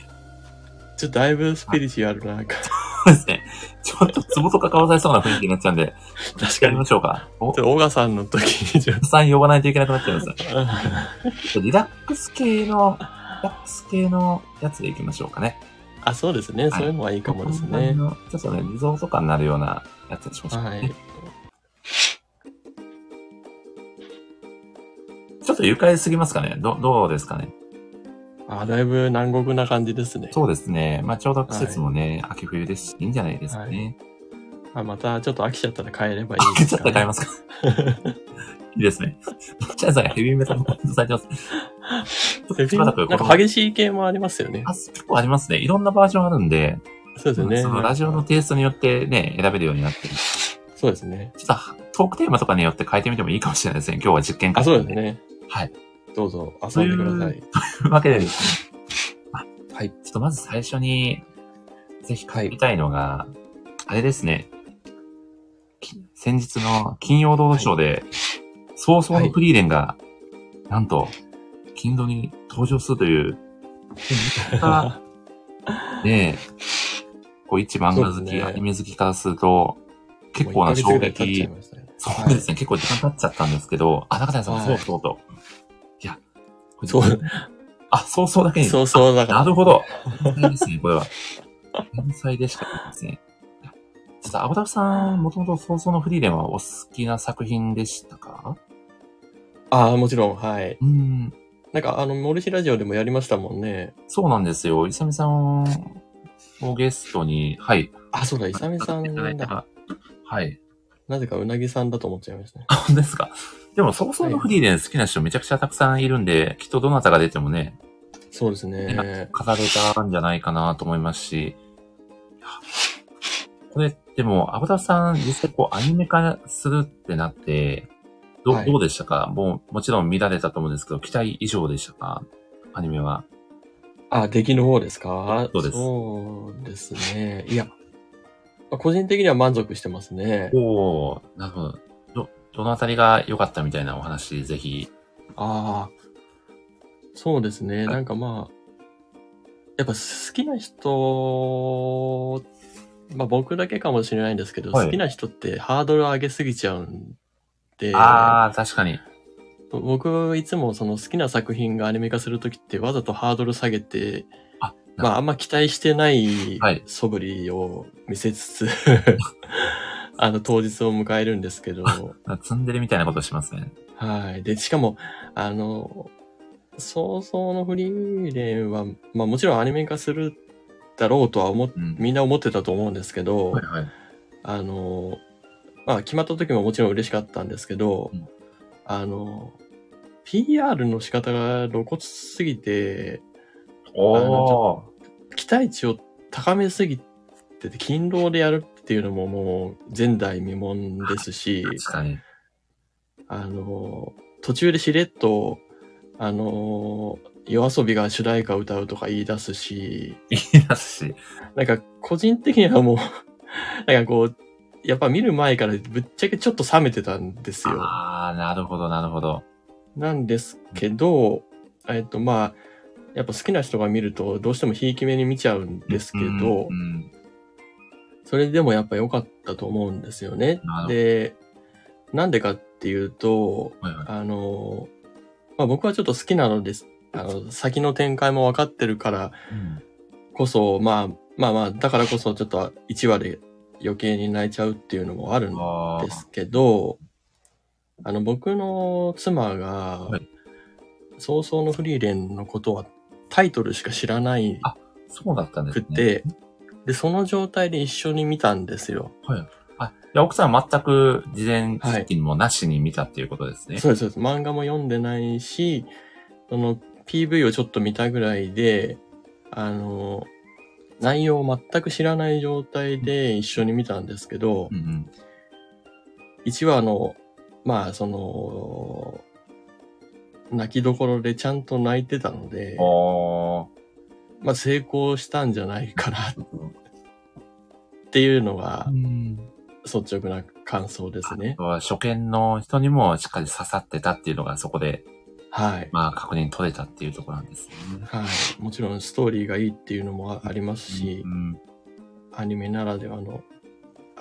B: ちょっとだいぶスピリチュアルな、なんか、
A: そうですね。ちょっと壺とか買わされそうな雰囲気になっちゃうんで、
B: 確
A: や
B: か
A: りま
B: に。
A: しょうか。お、
B: ちょっと、小賀さんの時に、ちょっ
A: さん呼ばないといけなくなっちゃいますね。
B: と、あ
A: ちょっとリラックス系の、リラックス系のやつでいきましょうかね。
B: あ、そうですね。そういうのはいいかもです
A: こんな感
B: ね
A: じ。のちょっとね、リゾート感になるようなやつにしましょうか
B: は
A: ね。
B: い。
A: ちょっと愉快すぎますかねど、どうですかね
B: あ、だいぶ南国な感じですね。
A: そうですね。まあちょうど季節もね、秋冬ですし、いいんじゃないですかね。
B: あまた、ちょっと飽きちゃったら帰ればいい
A: あ、
B: で
A: ち
B: す
A: ょっ
B: か、
A: と
B: ね。
A: 買います かいいですね。チャンさんがヘビーメタルのされてます。ちょっとしばらく
B: なん
A: この
B: か激しい系もありますよね
A: あ。結構ありますね。いろんなバージョンあるんで、
B: そうですね。
A: そのラジオのテイストによってね、選べるようになってる。
B: そうですね。
A: ちょっとトークテーマとかによって変えてみてもいいかもしれないですね。今日は実験会
B: あ、そうです。ね。
A: はい。
B: どうぞ、遊んでください。
A: というわけでですね、
B: はい。
A: ちょっとまず最初に、ぜひ買いたいのが、あれですね。き先日の金曜ロードショーで、早々のフリーレンが、なんと、金土に登場すると いう、あねえ、こう一漫画
B: そ
A: 好
B: うで
A: き、
B: すね
A: アニメ好きからすると、結構な
B: も
A: 衝
B: う一ヶ月ぐらい経っちゃい
A: 撃、
B: ましたね。
A: そうですね、結構時間経っちゃったんですけど、あ、中谷さん、
B: はい
A: そうそうと。いや、これ
B: そう、
A: あ、そうそうだけに。
B: そうそう、だから。
A: なるほど。天才ですね、これは。天才でしかないですね。ちょっと、アボタフさん、もともと早々のフリーレンはお好きな作品でしたか
B: ああ、もちろん、はい。
A: うん。
B: なんか、あの、モルシラジオでもやりましたもんね。
A: そうなんですよ。イサミさんをゲストに、はい。
B: あ、そうだ、イサミさん
A: いただいた
B: だ。
A: らはい。
B: なぜかうなぎさんだと思っちゃいましたね。
A: あ、本当ですか。でも、早々のフリーレン好きな人めちゃくちゃたくさんいるんで、きっとどなたが出てもね、
B: そうですね。
A: 語れたんじゃないかなと思いますし、いやこれ、でも、アボタフさん、実際こう、アニメ化するってなって、ど,、
B: はいう
A: でしたかもう、もちろん見られたと思うんですけど、期待以上でしたかアニメは。
B: あ、出来の方ですか
A: そうです
B: そうですね。いや、あ個人的には満足してますね。
A: おー、なるほど。ど、どのあたりが良かったみたいなお話、ぜひ。
B: ああ。そうですね。なんかまあ、やっぱ好きな人、まあ僕だけかもしれないんですけど、
A: はい
B: 好きな人ってハードル上げすぎちゃうんで、
A: ああ、確かに。
B: 僕いつもその好きな作品がアニメ化するときってわざとハードル下げて、
A: あ
B: まああんま期待してない
A: はい
B: 素振りを見 せつつ、あの当日を迎えるんですけど、
A: 積んでるみたいなことしますね。
B: はい。で、しかも、あの、早々のフリーレンは、まあもちろんアニメ化するだろうとは思っ、
A: うん
B: みんな思ってたと思うんですけど、
A: はいはい。
B: あの、まあ決まった時ももちろん嬉しかったんですけど、
A: うん
B: あの、PR の仕方が露骨すぎて、
A: おー。
B: 期待値を高めすぎてて、勤労でやるっていうのももう前代未聞ですし、
A: 確かに。
B: あの、途中でしれっと、あの、夜遊びが主題歌歌うとか言い出すし、
A: 言いますし。
B: なんか個人的にはもう、 なんかこう、やっぱ見る前からぶっちゃけちょっと冷めてたんですよ。
A: ああ、なるほど、なるほど。
B: なんですけど、えっとまあ、やっぱ好きな人が見るとどうしてもひいき目に見ちゃうんですけど
A: う、ん。
B: それでもやっぱ良かったと思うんですよね
A: なるほ。ど
B: で、なんでかっていうと、
A: うんはいはい
B: あの、まあ、僕はちょっと好きなのです。あの、先の展開も分かってるから
A: うん
B: こそ、まあ、まあまあ、だからこそちょっと1話で余計に泣いちゃうっていうのもあるん
A: あー
B: ですけど、あの、僕の妻が
A: はい、
B: 早々のフリーレンのことはタイトルしか知らない
A: そうだったんです
B: く
A: ね。
B: て、で、その状態で一緒に見たんですよ。
A: あ、じゃあ奥さんは全く事前知識もなしに見たっていうことですね。
B: そうです、そうです。漫画も読んでないし、その PV をちょっと見たぐらいで、あの、内容を全く知らない状態で一緒に見たんですけど
A: う、んうん。
B: 1話の、まあ、その、泣きどころでちゃんと泣いてたので、
A: おー。
B: まあ、成功したんじゃないかなっていうのが
A: うん
B: 率直な感想ですね
A: あ。とは初見の人にもしっかり刺さってたっていうのがそこで、
B: はい。
A: まあ確認取れたっていうところなんですね。
B: はい。もちろんストーリーがいいっていうのもありますし、
A: うん
B: アニメならではの、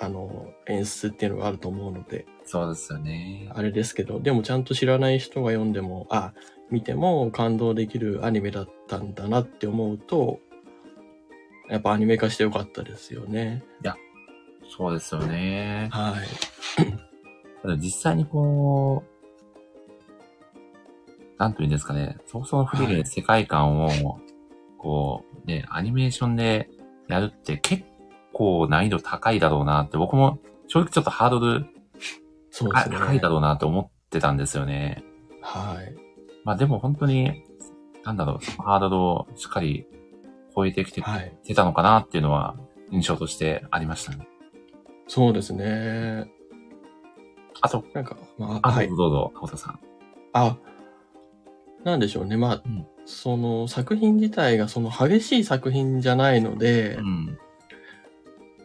B: あの、演出っていうのがあると思うので、
A: そうですよね。
B: あれですけど、でもちゃんと知らない人が読んでも、あ、見ても感動できるアニメだったんだなって思うと、やっぱアニメ化してよかったですよね。
A: そうですよね。
B: はい。
A: ただ実際にこう、なんというんですかね、早々のフリーレンの世界観を、こう、ね、アニメーションでやるって結構難易度高いだろうなって、僕も正直ちょっとハードル
B: そうで
A: あ
B: すね。
A: 高いだろうなと思ってたんですよね。
B: はい。
A: まあでも本当に、なんだろう、そのハードルをしっかり超えてきて
B: はい。
A: 出たのかなっていうのは印象としてありましたね。
B: そうですね。
A: あと、
B: なんか、まあ、
A: あ、
B: はい
A: どう。ぞどうぞ、高田さん。
B: あ、なんでしょうね。まあ、
A: うん
B: その作品自体がその激しい作品じゃないので、
A: うん。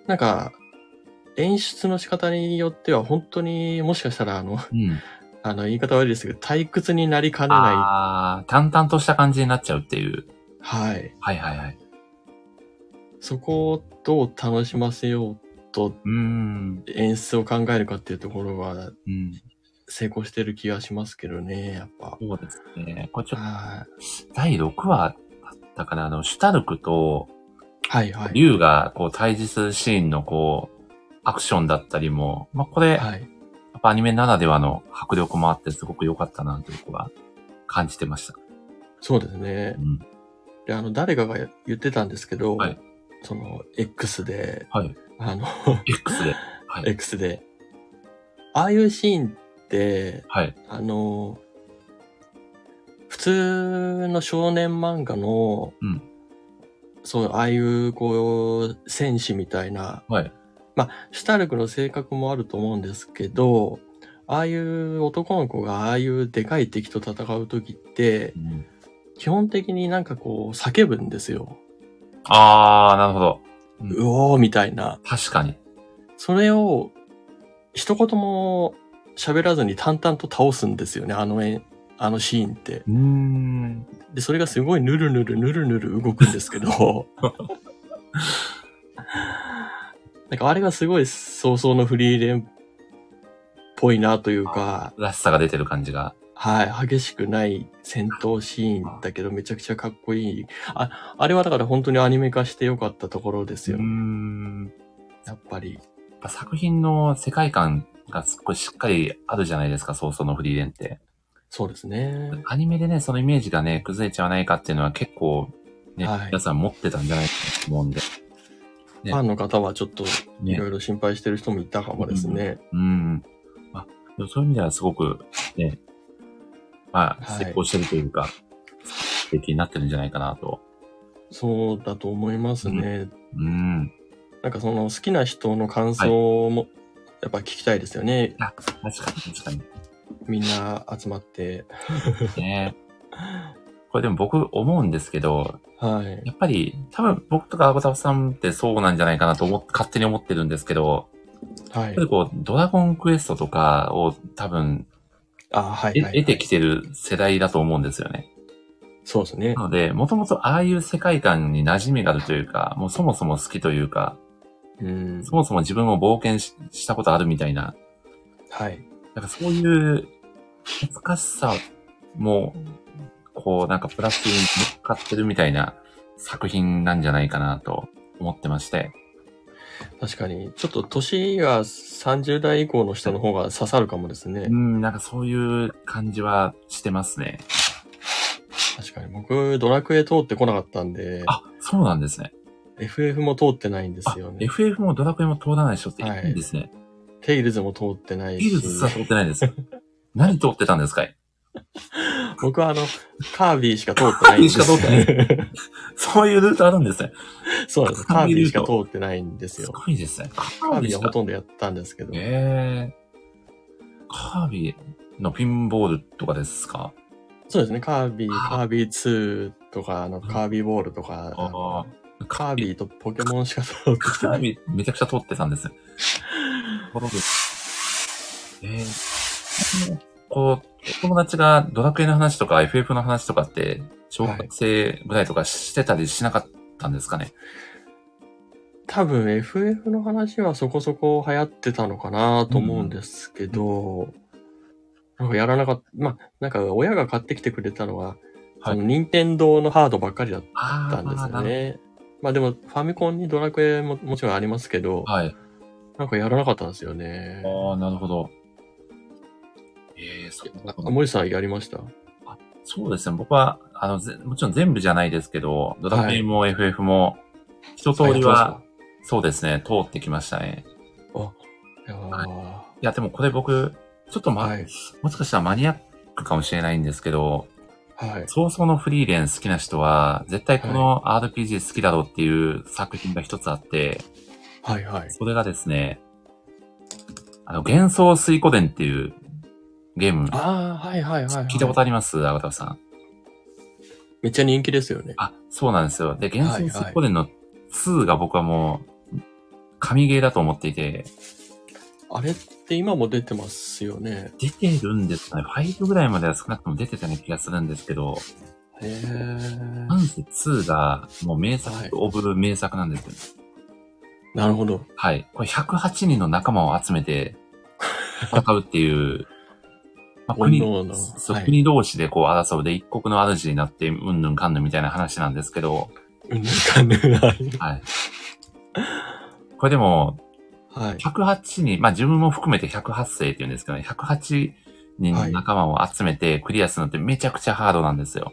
B: なんか、演出の仕方によっては本当にもしかしたらあの、
A: うん。
B: あの言い方悪いですけど、退屈になりかねな
A: ああ、淡々とした感じになっちゃうっていう。
B: い。はい。
A: はいはいはい。
B: そこをどう楽しませようと
A: うーん。
B: 演出を考えるかっていうところは
A: うん。
B: 成功してる気がしますけどね、やっぱ。
A: そうですね。これちょっ
B: はい
A: と、第6話だったかな。あの、シュタルクと、
B: はいはい。
A: 竜が、こう、対峙するシーンの、こう、アクションだったりも、まあ、これ、や
B: はい。
A: っぱアニメならではの迫力もあって、すごく良かったな、というのは感じてました。
B: そうですね
A: う。ん。
B: で、あの、誰かが言ってたんですけど、
A: はい
B: その、X で、
A: はい。
B: あの、
A: X で。はい。
B: X で、ああいうシーンって、
A: はい。
B: あの、普通の少年漫画の、
A: うん
B: そう、ああいう、こう、戦士みたいな、
A: はい
B: まあ、シュタルクの性格もあると思うんですけど、ああいう男の子がああいうでかい敵と戦うときって
A: う、ん、
B: 基本的になんかこう叫ぶんですよ。
A: あー、なるほど。
B: うおーみたいな。
A: 確かに。
B: それを一言も喋らずに淡々と倒すんですよね、あの絵、あのシーンって。
A: うーん。
B: で、それがすごいぬるぬるぬるぬる動くんです けど、なんかあれがすごい早々のフリーレンっぽいなというか、
A: らしさが出てる感じが。
B: はい、激しくない戦闘シーンだけどめちゃくちゃかっこいい。あ、あれはだから本当にアニメ化してよかったところです
A: うー
B: よ、
A: ん。や
B: やっぱり。
A: っぱ作品の世界観がすっごいしっかりあるじゃないですか、早々のフリーレンって。
B: そうですね。
A: アニメでね、そのイメージがね、崩れちゃわないかっていうのは結構、ね、
B: はい
A: 皆さん持ってたんじゃないかと思うんで。
B: ファンの方はちょっとい
A: ね
B: ろ。いろ心配してる人もいたかもですね。
A: うん。あ、でもそういう意味ではすごく、ね、まあ、
B: はい
A: 成功してるというか、素敵になってるんじゃないかなと。
B: そうだと思いますね。
A: うん。
B: なんかその好きな人の感想もやっぱ聞きたいですよね。
A: 確かに、確かに。
B: みんな集まって。
A: ね。これでも僕思うんですけど、
B: はい。
A: やっぱり多分僕とかアゴタフさんってそうなんじゃないかなと思っ勝手に思ってるんですけど、
B: は
A: やっ
B: い
A: ぱ。りこう、ドラゴンクエストとかを多分、
B: あ、はい、
A: え
B: はい。
A: 得てきてる世代だと思うんですよね。
B: そうですね
A: な。ので、もともとああいう世界観に馴染みがあるというか、もうそもそも好きというか、
B: うん
A: そ。もそも自分を冒険ししたことあるみたいな、
B: はい。
A: なんかそういう難しさも、こうなんかプラスに乗っかってるみたいな作品なんじゃないかなと思ってまして。
B: 確かに。ちょっと年が30代以降の人の方が刺さるかもですね
A: う。ん、なんかそういう感じはしてますね。
B: 確かに。僕、ドラクエ通ってこなかったんで、
A: あ、そうなんですね。
B: FF も通ってないんですよ
A: あ
B: ね。
A: FF もドラクエも通らない人っているんですね。
B: テイルズも通ってない
A: 技
B: し、
A: 術さ通ってない です。何通ってたんですかい
B: 僕はあの、カービィしか通ってないんです。
A: カービィし
B: ない。
A: そういうルートあるんですね。
B: そうなんです。カービィしか通ってないんです
A: す
B: よ。
A: ごいですね。カ
B: カ
A: ー
B: ー
A: ビ
B: ビ
A: ィ
B: ィ
A: し
B: はほ
A: か。
B: とんどやったんですけど、
A: ええカービィのピンボールとかですか
B: そうですね、カービィ、カービィ2とか、あの、カービィボールとか、あ
A: あ
B: の
A: あ。
B: カービィと ポケモンしか通って
A: カービィめちゃくちゃ通ってたん ですね。ところでええこう、お友達がドラクエの話とか FF の話とかって、小学生ぐらいとかしてたりしなかったんですかね、
B: 多分 FF の話はそこそこ流行ってたのかなと思うんですけど、なんかやらなかった、まあ、なんか親が買ってきてくれたのは、
A: はい
B: その任天堂のハードばっかりだっ
A: あ
B: たんです
A: あ、
B: よ
A: なる
B: ね。まあでもファミコンにドラクエももちろんありますけど
A: ほ、ど。はい。
B: なんかやらなかったんですよね。
A: ああ、なるほど。ええそうなんだ
B: あ森さんやりました
A: そうですね。僕は、あの、ぜもちろん全部じゃないですけど、ドラクエも FF も、一通りは、そうですね、通ってきましたね。
B: やってま
A: は
B: した。いや
A: いや、でもこれ僕、ちょっと
B: ー
A: ま、
B: はい。
A: もしかしたらマニアックかもしれないんですけど、
B: はい。
A: 早々のフリーレン好きな人は、絶対この RPG 好きだろうっていう作品が一つあって、
B: はい。はい。
A: それがですね、あの、幻想水湖伝っていうゲーム、
B: ああ、はいはいはい、はい。
A: 聞いたことありますアガタフさん。
B: めっちゃ人気ですよね。
A: あ、そうなんですよ。で、幻想
B: はいは
A: 水
B: い
A: 湖伝の2が僕はもう、神ゲーだと思っていて、
B: あれって今も出てますよね。
A: 出てるんですかね ?5 ぐらいまでは少なくとも出てたような気がするんですけど、
B: へえ。
A: なんせ2がもう名作オブ名作なんですよ、
B: なるほど。
A: はい。これ108人の仲間を集めて戦うって いう、まあ、国、
B: 煩悩の
A: そう
B: はい
A: 国同士でこう争うで一国の主になってうんぬんかんぬんみたいな話なんですけど、
B: うん、 なんかね、はい
A: はい。これでも、
B: はい。
A: 108人、まあ自分も含めて108世って言うんですけどね、108人の仲間を集めてクリアするのってめちゃくちゃハードなんですよ。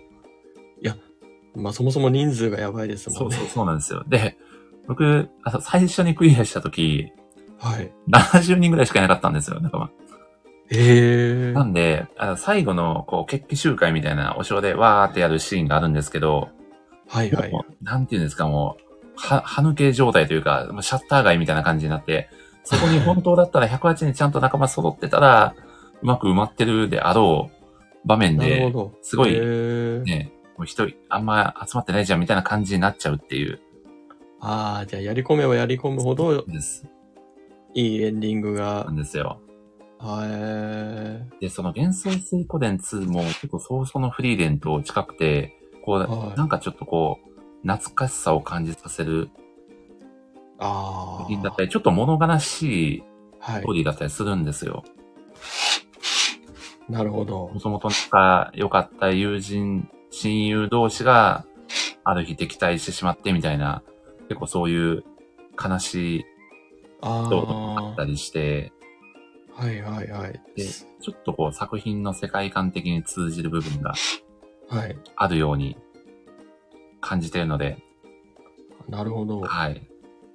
B: まあそもそも人数がやばいです
A: そ
B: も
A: う
B: んね。
A: そうそうなんですよ。で、僕、あの最初にクリアした時、
B: はい。
A: 70人ぐらいしかいなかったんですよ、仲間。
B: ええ
A: なんで、あの最後の、こう、決起集会みたいなお城でわーってやるシーンがあるんですけど、
B: はいはい。
A: もうなんていうんですか、もう、は、歯抜け状態というか、もうシャッター街みたいな感じになって、そこに本当だったら108人ちゃんと仲間揃ってたら、うまく埋まってるであろう場面
B: なるほ
A: で、
B: ど。
A: すごい
B: へー
A: ね、もう一人、あんま集まってないじゃんみたいな感じになっちゃうっていう。
B: ああ、じゃあやり込めばやり込むほど
A: です。
B: いいエンディングが
A: な。んですよ。
B: は
A: で、その幻想水湖伝2も結構早々のフリーレンと近くて、こう、
B: はい
A: なんかちょっとこう、懐かしさを感じさせる
B: い。あ
A: 作品だった
B: あ。
A: り、ちょっと物悲しい
B: は
A: ストー
B: い。
A: リーだったりするんですよ。
B: なるほど
A: も。ともと仲良かった友人、親友同士が、ある日敵対してしまってみたいな、結構そういう悲しい
B: あ
A: ことがあったりして、
B: あ。はいはいはい。
A: で、ちょっとこう作品の世界観的に通じる部分が
B: はい。
A: あるように感じてるので、
B: なるほど。
A: はい。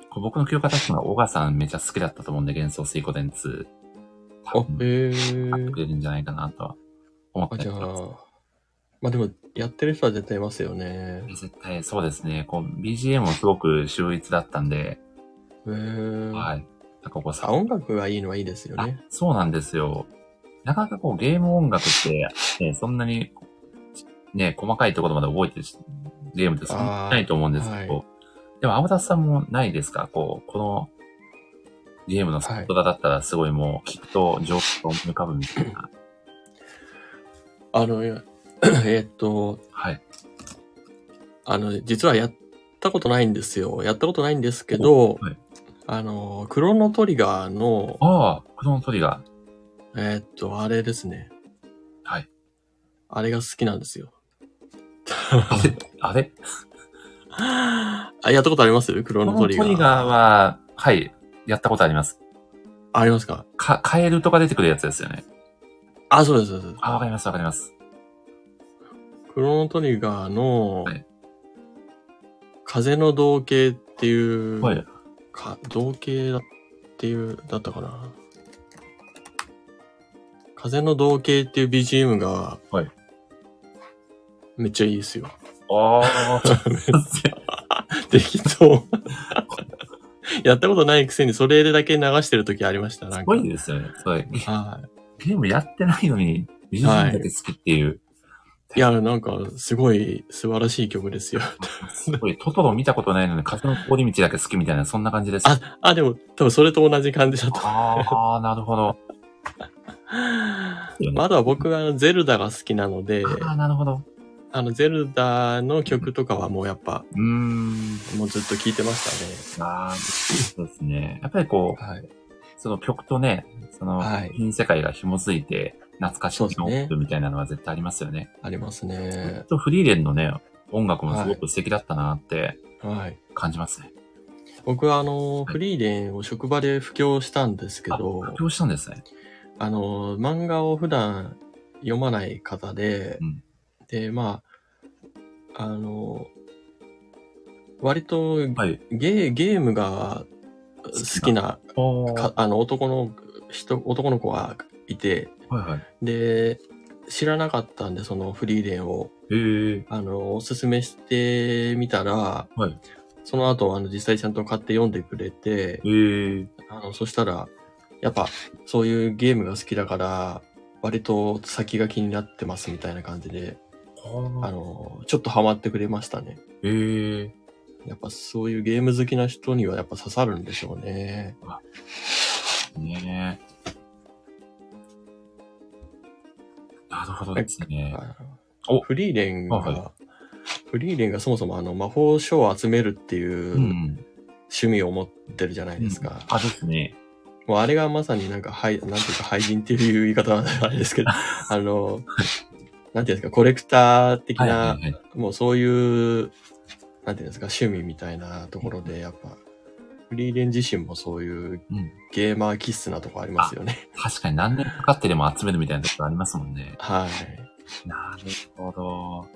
A: こう僕の記憶が確か小川さんめちゃ好きだったと思うんで、幻想水湖伝2。
B: あ
A: 多、分
B: へえ
A: 買ってくれるんじゃないかなとは思っ
B: あ、
A: たり
B: じ
A: し
B: ゃあ
A: ます。、
B: まあでも、やってる人は絶対いますよね。
A: 絶対そうですね。こう、BGM もすごく秀逸だったんで、
B: へえ。
A: はいい。なんかこう
B: あ、
A: さ、
B: 音楽がいいのはいいですよ
A: あ
B: ね。
A: そうなんですよ。なかなかこうゲーム音楽って、ね、そんなに、ね、細かいところまで覚えてるしゲームってそんなにないと思うんですけど、
B: あ
A: でも、アボタスさんもないですかこう、このゲームのサントラだったらすごいもう、聞くと情報が浮かぶみた いな。
B: あの、いや えっと、
A: はい。
B: あの、実はやったことないんですよ。やったことないんですけど、
A: はい
B: あの、クロノトリガーの、
A: ああ、クロノトリガー。
B: えーっと、あれですね。
A: はい。
B: あれが好きなんですよ。
A: あれあれ
B: あ、やった ことありますク
A: ク
B: ロ
A: ロノ
B: ノ
A: ト
B: トリ
A: リ
B: ガー。
A: ガーは、はい、やったことあります。
B: ありますか
A: か、カエルとか出てくるやつですよね。
B: あ、そうです、そうです。
A: あ、わかります、わかります。
B: クロノトリガーの
A: はい、
B: 風の同型っていう、
A: はい。
B: か同型だっていう、だったかな。風の同型っていう BGM が、
A: はい
B: めっちゃいいですよ。
A: ああ、
B: 適当。 やったことないくせにそれだけ流してる時ありました。な
A: す
B: んか
A: ご。いですよね。すごい。
B: は
A: ゲームやってないのに、美術だけ好きっていう、
B: い。いや、なんか、すごい素晴らしい曲ですよ。
A: すごい、トトロ見たことないのに、風の通り道だけ好きみたいな、そんな感じです。
B: あ、あ、でも、多分それと同じ感じだった。
A: あー、なるほど。
B: ま
A: いよね
B: ああとは僕がゼルダが好きなので、
A: あー、なるほど。
B: あの、ゼルダの曲とかはもうやっぱ、
A: うーん。
B: もうずっと聴いてましたね。
A: あー、そうですね。やっぱりこう、
B: はい。
A: その曲とね、その
B: はい、
A: 品世界が紐づいて、懐かしい
B: そうですね
A: 音楽みたいなのは絶対ありますよね。
B: あります
A: き
B: ね
A: っ。とフリーレンのね、音楽もすごく素敵だったなって
B: はい。
A: 感じますね。
B: 僕はあの、フリーレンを職場で布教したんですけ
A: あ、
B: ど、
A: 発表したんですね。
B: あの、漫画を普段読まない方で、
A: うん
B: で、まあ、あの、割と
A: はい。
B: ゲーゲームが好きな
A: お
B: かあの男の人、男の子がいて、
A: はいはい。
B: で、知らなかったんで、そのフリーレンを、
A: えー、
B: あの、おすすめしてみたら、
A: はい
B: その後、あの、実際ちゃんと買って読んでくれて
A: え、ー、
B: あの、そしたら、やっぱ、そういうゲームが好きだから、割と先が気になってますみたいな感じで、
A: は
B: あ
A: ー
B: の、ちょっとハマってくれましたね。
A: えー。
B: やっぱそういうゲーム好きな人にはやっぱ刺さるんでしょうね。
A: ねえ。なるほどですね。
B: あ
A: お
B: フリーレンが、
A: あは
B: フリーレンがそもそもあの魔法書を集めるっていう
A: う
B: 趣
A: ん。
B: 味を持ってるじゃないですか。
A: あ、ですね。
B: もうあれがまさになんか、はい、なんていうか、廃人っていう言い方は あ れですけど、あの、なんていうんですか、コレクター的な、
A: はいはいはい。
B: もうそういう、なんていうんですか、趣味みたいなところで、やっぱ、フリーレン自身もそういう
A: うん。
B: ゲーマー気質なとこありますよね。。
A: 確かに何年かかってでも集めるみたいなところありますもんね
B: はい。
A: なるほど。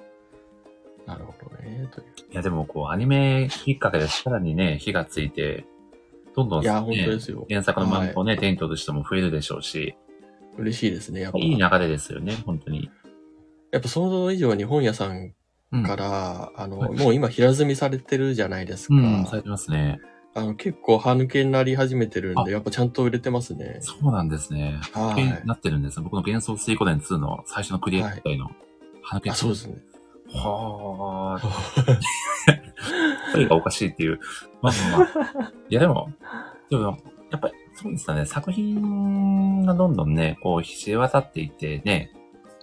B: なるほどね、という。
A: いや、でもこう、アニメきっかけでさらにね、火がついて、どんどん、
B: い
A: ね、
B: や、本当ですよ。
A: 原作の漫画を
B: は
A: ね、手に取る人も増えるでしょうし、
B: い嬉しいですね、やっぱ。
A: いい流れですよね、本当に。
B: やっぱ想像以上に本屋さん
A: うん。
B: から、あの、
A: はい
B: もう今平積みされてるじゃないですか。
A: うん、されてますね。
B: あの結構歯抜けになり始めてるん
A: あ
B: で、やっぱちゃんと売れてますね。
A: そうなんですね。
B: はい
A: になってるんですね。僕の幻想水湖伝2の最初のクリエイター会の歯抜け。
B: あ、そうですね。
A: は あ。声がおかしいっていう。まあまあまあ。いやでも、でも、やっぱりそうですね。作品がどんどんね、こう、知れ渡っていってね、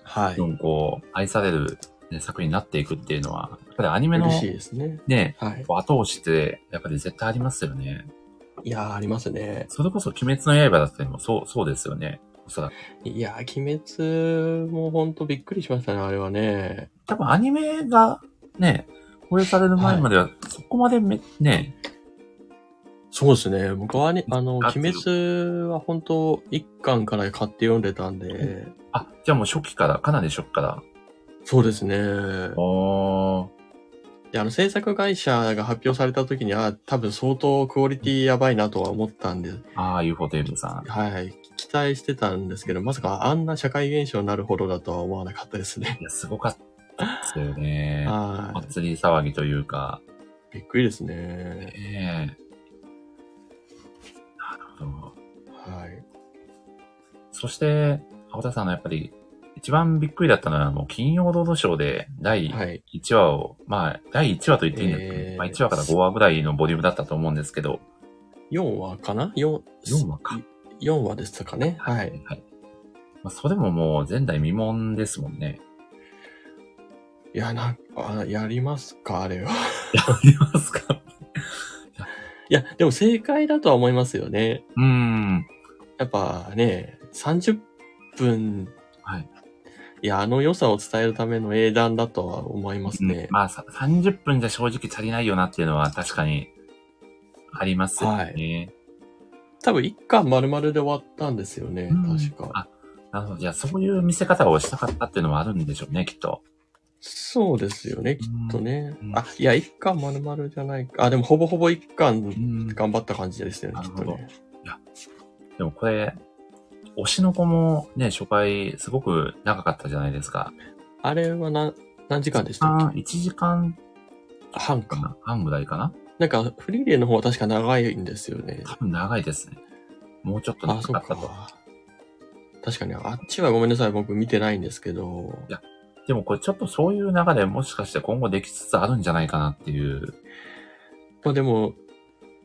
B: はい
A: ど。んどんこう、愛される、ね、作品になっていくっていうのは、やっぱりアニメの
B: 嬉しいですね。
A: ね、
B: はい。
A: こう後押しって、やっぱり絶対ありますよね。
B: いやー、ありますね。
A: それこそ鬼滅の刃だったりもそう、そうですよね。おそらく。
B: いやー、鬼滅もほんとびっくりしましたね、あれはね。
A: 多分アニメがね、放映される前までは、そこまでめ、ね、
B: そうですね。僕はね、あの、
A: あ
B: 鬼滅は本当一巻から買って読んでたんで、
A: あ、じゃあもう初期から、かなり初期から。
B: そうですね。
A: おー。
B: であの、制作会社が発表された時には、多分相当クオリティやばいなとは思ったんで、
A: ああ、UFO テーブルさん。
B: はい、期待してたんですけど、まさかあんな社会現象になるほどだとは思わなかったですね。
A: いや、すごかったですよね。
B: は
A: 祭り騒ぎというか。
B: い。びっくりですね。
A: ええなるほど。
B: はい。
A: そして、青田さんのやっぱり、一番びっくりだったのは、もう金曜ロードショーで第
B: はい。
A: 1話を、まあ、第1話と言っていいんですけど、
B: ええ
A: まあ、1話から5話ぐらいのボリュームだったと思うんですけど、
B: 4話かな ?4、
A: 4話か。
B: 4話でしたかね。はい。。
A: はい。まあ、それももう前代未聞ですもんね。
B: いや、なんか、あやりますかあれは。
A: ありますか
B: いや、でも正解だとは思いますよね。
A: うーん。
B: やっぱね、30分、
A: はい。
B: いや、あの良さを伝えるための英断だとは思いますね。
A: まあ、さ30分じゃ正直足りないよなっていうのは確かにありますよね。
B: はい多分一巻丸々で終わったんですよね、
A: うん
B: 確か。
A: あ、なるほど。じゃあ、そういう見せ方をしたかったっていうのもあるんでしょうね、きっと。
B: そうですよね、きっとね。
A: うん
B: あ、いや、一巻丸々じゃないか。あ、でもほぼほぼ一
A: う
B: 巻
A: ん。で
B: 頑張った感じですよね、
A: な
B: き
A: る
B: っ
A: ほ
B: と
A: ど
B: ね。
A: もこれ、推しの子もね、初回すごく長かったじゃないですか。
B: あれはな、何時間でしたっ
A: あ1時間
B: け半
A: か
B: か。
A: な半ぐらいかな
B: なんか、フリーレイの方は確か長いんですよね。
A: 多分長いですね。もうちょっと
B: あ、
A: 長
B: そう
A: かったと。
B: か。確かに、あっちはごめんなさい、僕見てないんですけど。
A: でもこれちょっとそういう流れもしかして今後できつつあるんじゃないかなっていう。
B: まあでも、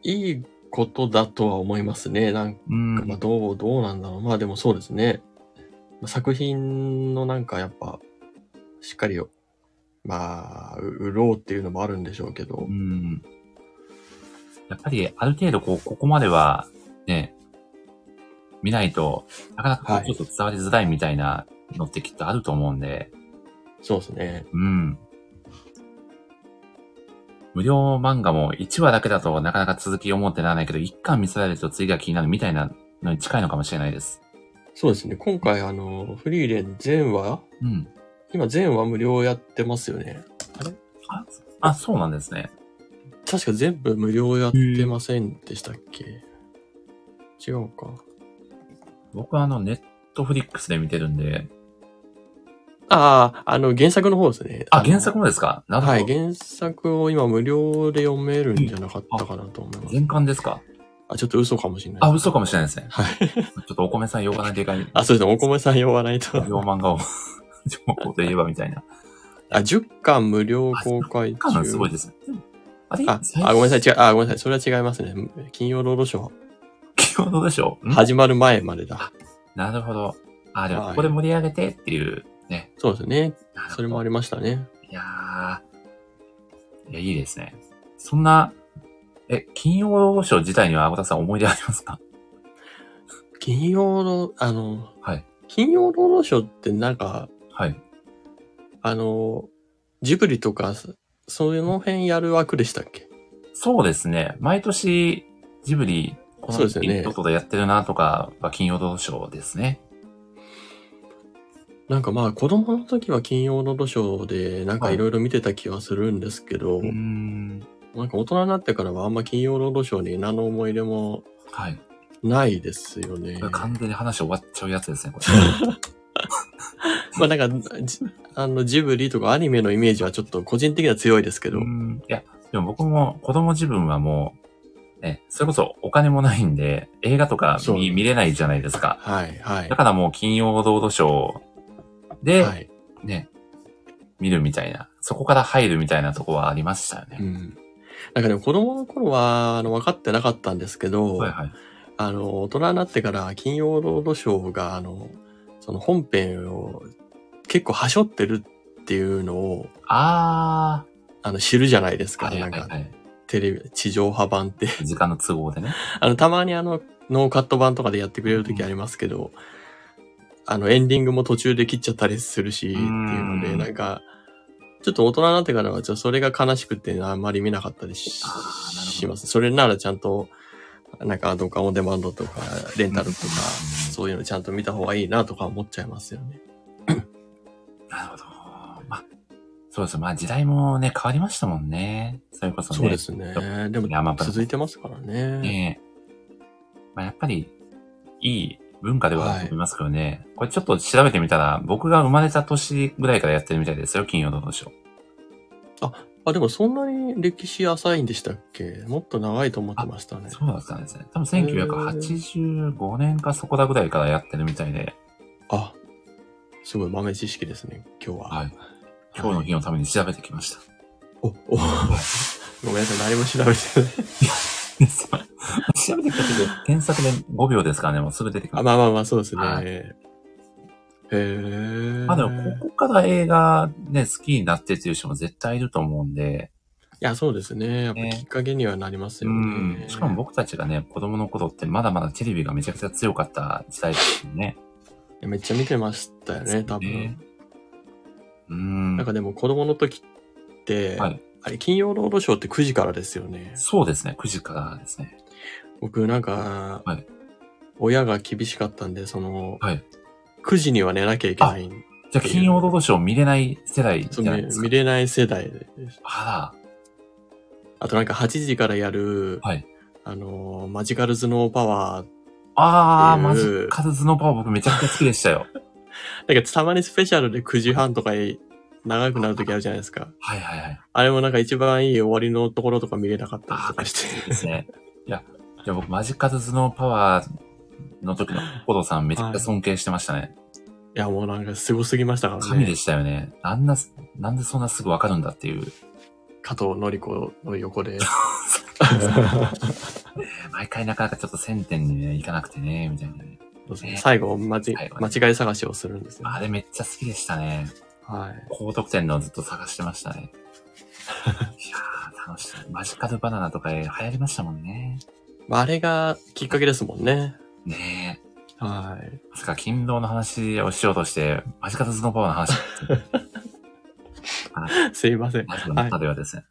B: いいことだとは思いますね。なんか、
A: うん。
B: まあどう、どうなんだろう。まあでもそうですね。まあ作品のなんかやっぱ、しっかりを、まあ、う売ろうっていうのもあるんでしょうけど
A: う。ん。やっぱりある程度こう、ここまではね、見ないと、なかなかこ
B: は
A: う
B: い
A: ちょっと伝わりづらいみたいなのってきっとあると思うんで、
B: そうですね。
A: うん。無料漫画も1話だけだとなかなか続き読もうってならないけど、1巻見せられると次が気になるみたいなのに近いのかもしれないです。
B: そうですね。今回あの、フリーレン全話
A: うん。
B: 今全話無料やってますよね。
A: あ、あそうなんですね。
B: 確か全部無料やってませんでしたっけ違うか。
A: 僕はあの、ネットフリックスで見てるんで、
B: ああ、あの、原作の方ですね。
A: あ、
B: の
A: 原作もですかなるほど。
B: はい、原作を今無料で読めるんじゃなかったかなと思います。
A: 全巻ですか
B: あ、ちょっと嘘かもしれない。
A: あ、嘘かもしれないですね。
B: はい。
A: ちょっとお米さん呼ばないといけない。
B: あ、そうですね、お米さん読まないと
A: 無。料漫画を情報といえばみたいな。
B: あ、10巻無料公開
A: か
B: 中
A: な、。すごいですね。でもあれ
B: あ
A: 最、
B: あ、ごめんなさい、違う、あ、ごめんなさい、それは違いますね。金曜ロードショ
A: 近況どうでしょう
B: ー
A: ん
B: 始まる前までだ。
A: なるほど。あ、でも
B: はい
A: ここで盛り上げてっていうね。
B: そうですね。
A: なるほど
B: それもありましたね。
A: いやー。いや、いいですね。そんな、え、金曜ロードショー自体には、アゴタさん思い出ありますか
B: 金曜の、あの、
A: はい
B: 金曜ロードショーってなんか、
A: はい。
B: あの、ジブリとか、そその辺やる枠でしたっけ
A: そうですね。毎年、ジブリ、こ
B: そう
A: の
B: ですよね
A: 時、とでやってるなとかは、金曜ロードショーですね。
B: なんかまあ子供の時は金曜ロードショーでなん
A: は
B: か
A: い
B: いろいろ見てた気はするんですけど、
A: うーん。
B: なんか大人になってからはあんま金曜ロードショーに何の思い入れも
A: はい。
B: ないですよね
A: こ。れ完全に話終わっちゃうやつですね、こ
B: まあなんか、じあのジブリとかアニメのイメージはちょっと個人的には強いですけ
A: れ。
B: ど、
A: うん。いや、でも僕も子供自分はもう、ね、それこそお金もないんで、映画とか
B: そう
A: 見見れないじゃないですか。
B: はいはい
A: だ。からもう金曜ロードショーで、
B: はい、
A: ね、見るみたいな、そこから入るみたいなとこはありましたよ
B: う
A: ね。
B: ん。なんかね、子供の頃はあの分かってなかったんですけど、
A: はいはい。
B: あの、大人になってから金曜ロードショーが、あの、その本編を結構はしょってるっていうのを、
A: あ
B: あの、知るじゃないです
A: ー。
B: か。
A: はいはい
B: なん
A: は
B: か、
A: い。
B: テレビ、地上波版って。
A: 時間の都合でね。
B: あの、たまにあの、ノーカット版とかでやってくれる時ありますけど、あの、エンディングも途中で切っちゃったりするし、っていうの
A: う
B: で、
A: ん
B: なんか、ちょっと大人になってからは、ちょっとそれが悲しくて、あんまり見なかったりし
A: あーなるほど
B: します。それならちゃんと、なんか、どっかオンデマンドとか、レンタルとか、そういうのちゃんと見た方がいいなとか思っちゃいますよね。
A: なるほど。まあ、そうです。まあ時代もね、変わりましたもんね。それこそね。
B: そうですね。で
A: いやまあ
B: も、続いてますからね。
A: ねえ。まあやっぱり、いい文化ではありますけどね。これちょっと調べてみたら、僕が生まれた年ぐらいからやってるみたいですよ、金曜どうでしょう。
B: あ、でもそんなに歴史浅いんでしたっけもっと長いと思ってましたね。
A: そうだったんですね。多分1985年かそこだぐらいからやってるみたいで、
B: あ、すごい豆知識ですね、今日は。
A: はい今日の日のために調べてきました。
B: お、お、ごめんなさい、何も調べて ない。
A: 調べてきたけど、検索で5秒ですからね、もうすぐ出てきま
B: あ、
A: す。
B: まあまあまあ、そうですね。
A: はい
B: へえ。
A: まあでも、
B: い
A: ここから映画ね、好きになってっていう人も絶対いると思うんで、
B: や、そうですね。やっぱきっかけにはなりますよね。
A: しかも僕たちがね、子供の頃ってまだまだテレビがめちゃくちゃ強かった時代ですよね。
B: いやめっちゃ見てましたよね、多分。
A: ねうん。
B: なんかでも子供の時って、
A: はい
B: あれ、金曜ロードショーって9時からですよね。
A: そうですね、9時からですね。
B: 僕なんか、
A: はい
B: 親が厳しかったんで、その、
A: はい
B: 9時には寝なきゃいけない。
A: じゃあ、金曜ロードショー見れない世代
B: そ
A: じ
B: う
A: ゃない
B: 見
A: ですか
B: 見。れない世代でした
A: あ
B: あとなんか8時からやる、
A: はい
B: あのー、マジカルズノーパワー、
A: ら。ああ、
B: っ
A: マ
B: て
A: ジ
B: いう
A: カルズのパワー僕めちゃくちゃ好きでしたよ。
B: なんかたまにスペシャルで9時半とかへ長くなる時あるじゃないですか。
A: はいはいはい。
B: あれもなんか一番いい終わりのところとか見れなかったりとかして。
A: ですね。いや、いや僕、マジカルズのパワーの時のコドさんめちゃくちゃ尊敬してましたね。
B: いやもうなんかすごすぎましたからね。
A: 神でしたよね。あんな、なんでそんなすぐわかるんだっていう。
B: 加藤のり子の横で。
A: 毎回なかなかちょっと1000点にね、いかなくてね、みたいなね。
B: 最後間違、
A: はい
B: 間違い探しをするんですよ。
A: あれめっちゃ好きでしたね。
B: はい。
A: 高得点のをずっと探してました ね。いやー、楽しい。マジカルバナナとか流行りましたもんね。
B: まあ、あれがきっかけですもんね。
A: ねえ。
B: はい。
A: まさか、勤労の話をしようとして、マジカルズのパワーの 話。あ
B: すいません。
A: なるほど、なるようですね。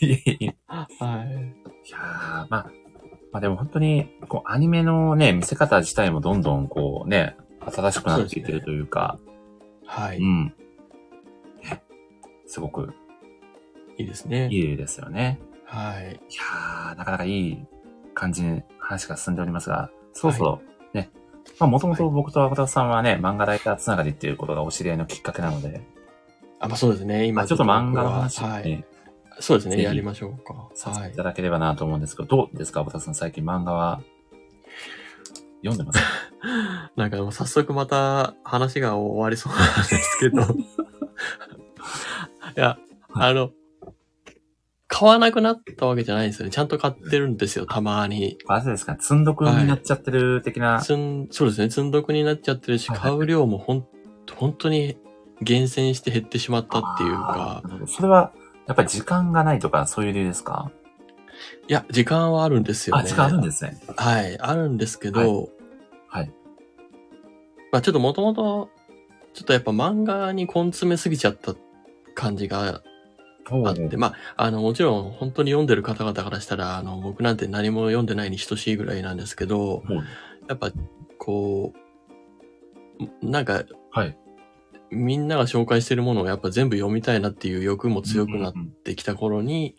A: いえいえい
B: は
A: や
B: い。
A: ーまあ、まあでも本当に、こう、アニメのね、見せ方自体もどんどんこうね、新しくなっていってるというか、
B: はい。
A: う
B: い
A: ん。ねすごく
B: いですね。
A: いいですよね。
B: はい。
A: いやー、なかなかいい感じに話が進んでおりますが、そろそろね、まあもともと僕と赤田さんはね、漫画ライターつながりっていうことがお知り合いのきっかけなので、
B: あ、まあそうですね。
A: ま
B: 今
A: あちょっと漫画の
B: ち
A: 話を
B: ょっと僕ははい。
A: ね、
B: そうです
A: ぜ
B: ね。
A: ひ
B: やりましょうか。
A: させ
B: は
A: てい
B: い
A: た。だければなと思うんですけど、どうですか、赤田さん最近漫画は読んでます か
B: なんかもう早速また話が終わりそうなんです けど。いや、あの、買わなくなったわけじゃないんですよね。ちゃんと買ってるんですよ、たまに。
A: あれですか、積んどくになっちゃってる的な、
B: 積んそうですね、積んどくになっちゃってるし、
A: はいはい
B: 買う量もほん、本当に厳選して減ってしまったっていうか、
A: なるほどそれは、やっぱり時間がないとか、そういう理由ですか、
B: いや、時間はあるんですよね。
A: あ、時間あるんですね。
B: はい、あるんですけど、
A: はいはい
B: まあちょっともともと、ちょっとやっぱ漫画に根詰めすぎちゃった感じがあって、まあ、あの、もちろん本当に読んでる方々からしたら、あの、僕なんて何も読んでないに等しいぐらいなんですけど、
A: ほう
B: やっぱ、こう、んなんか、
A: はい。
B: みんなが紹介してるものをやっぱ全部読みたいなっていう欲も強くなっ
A: うんうんうん
B: てきた頃に、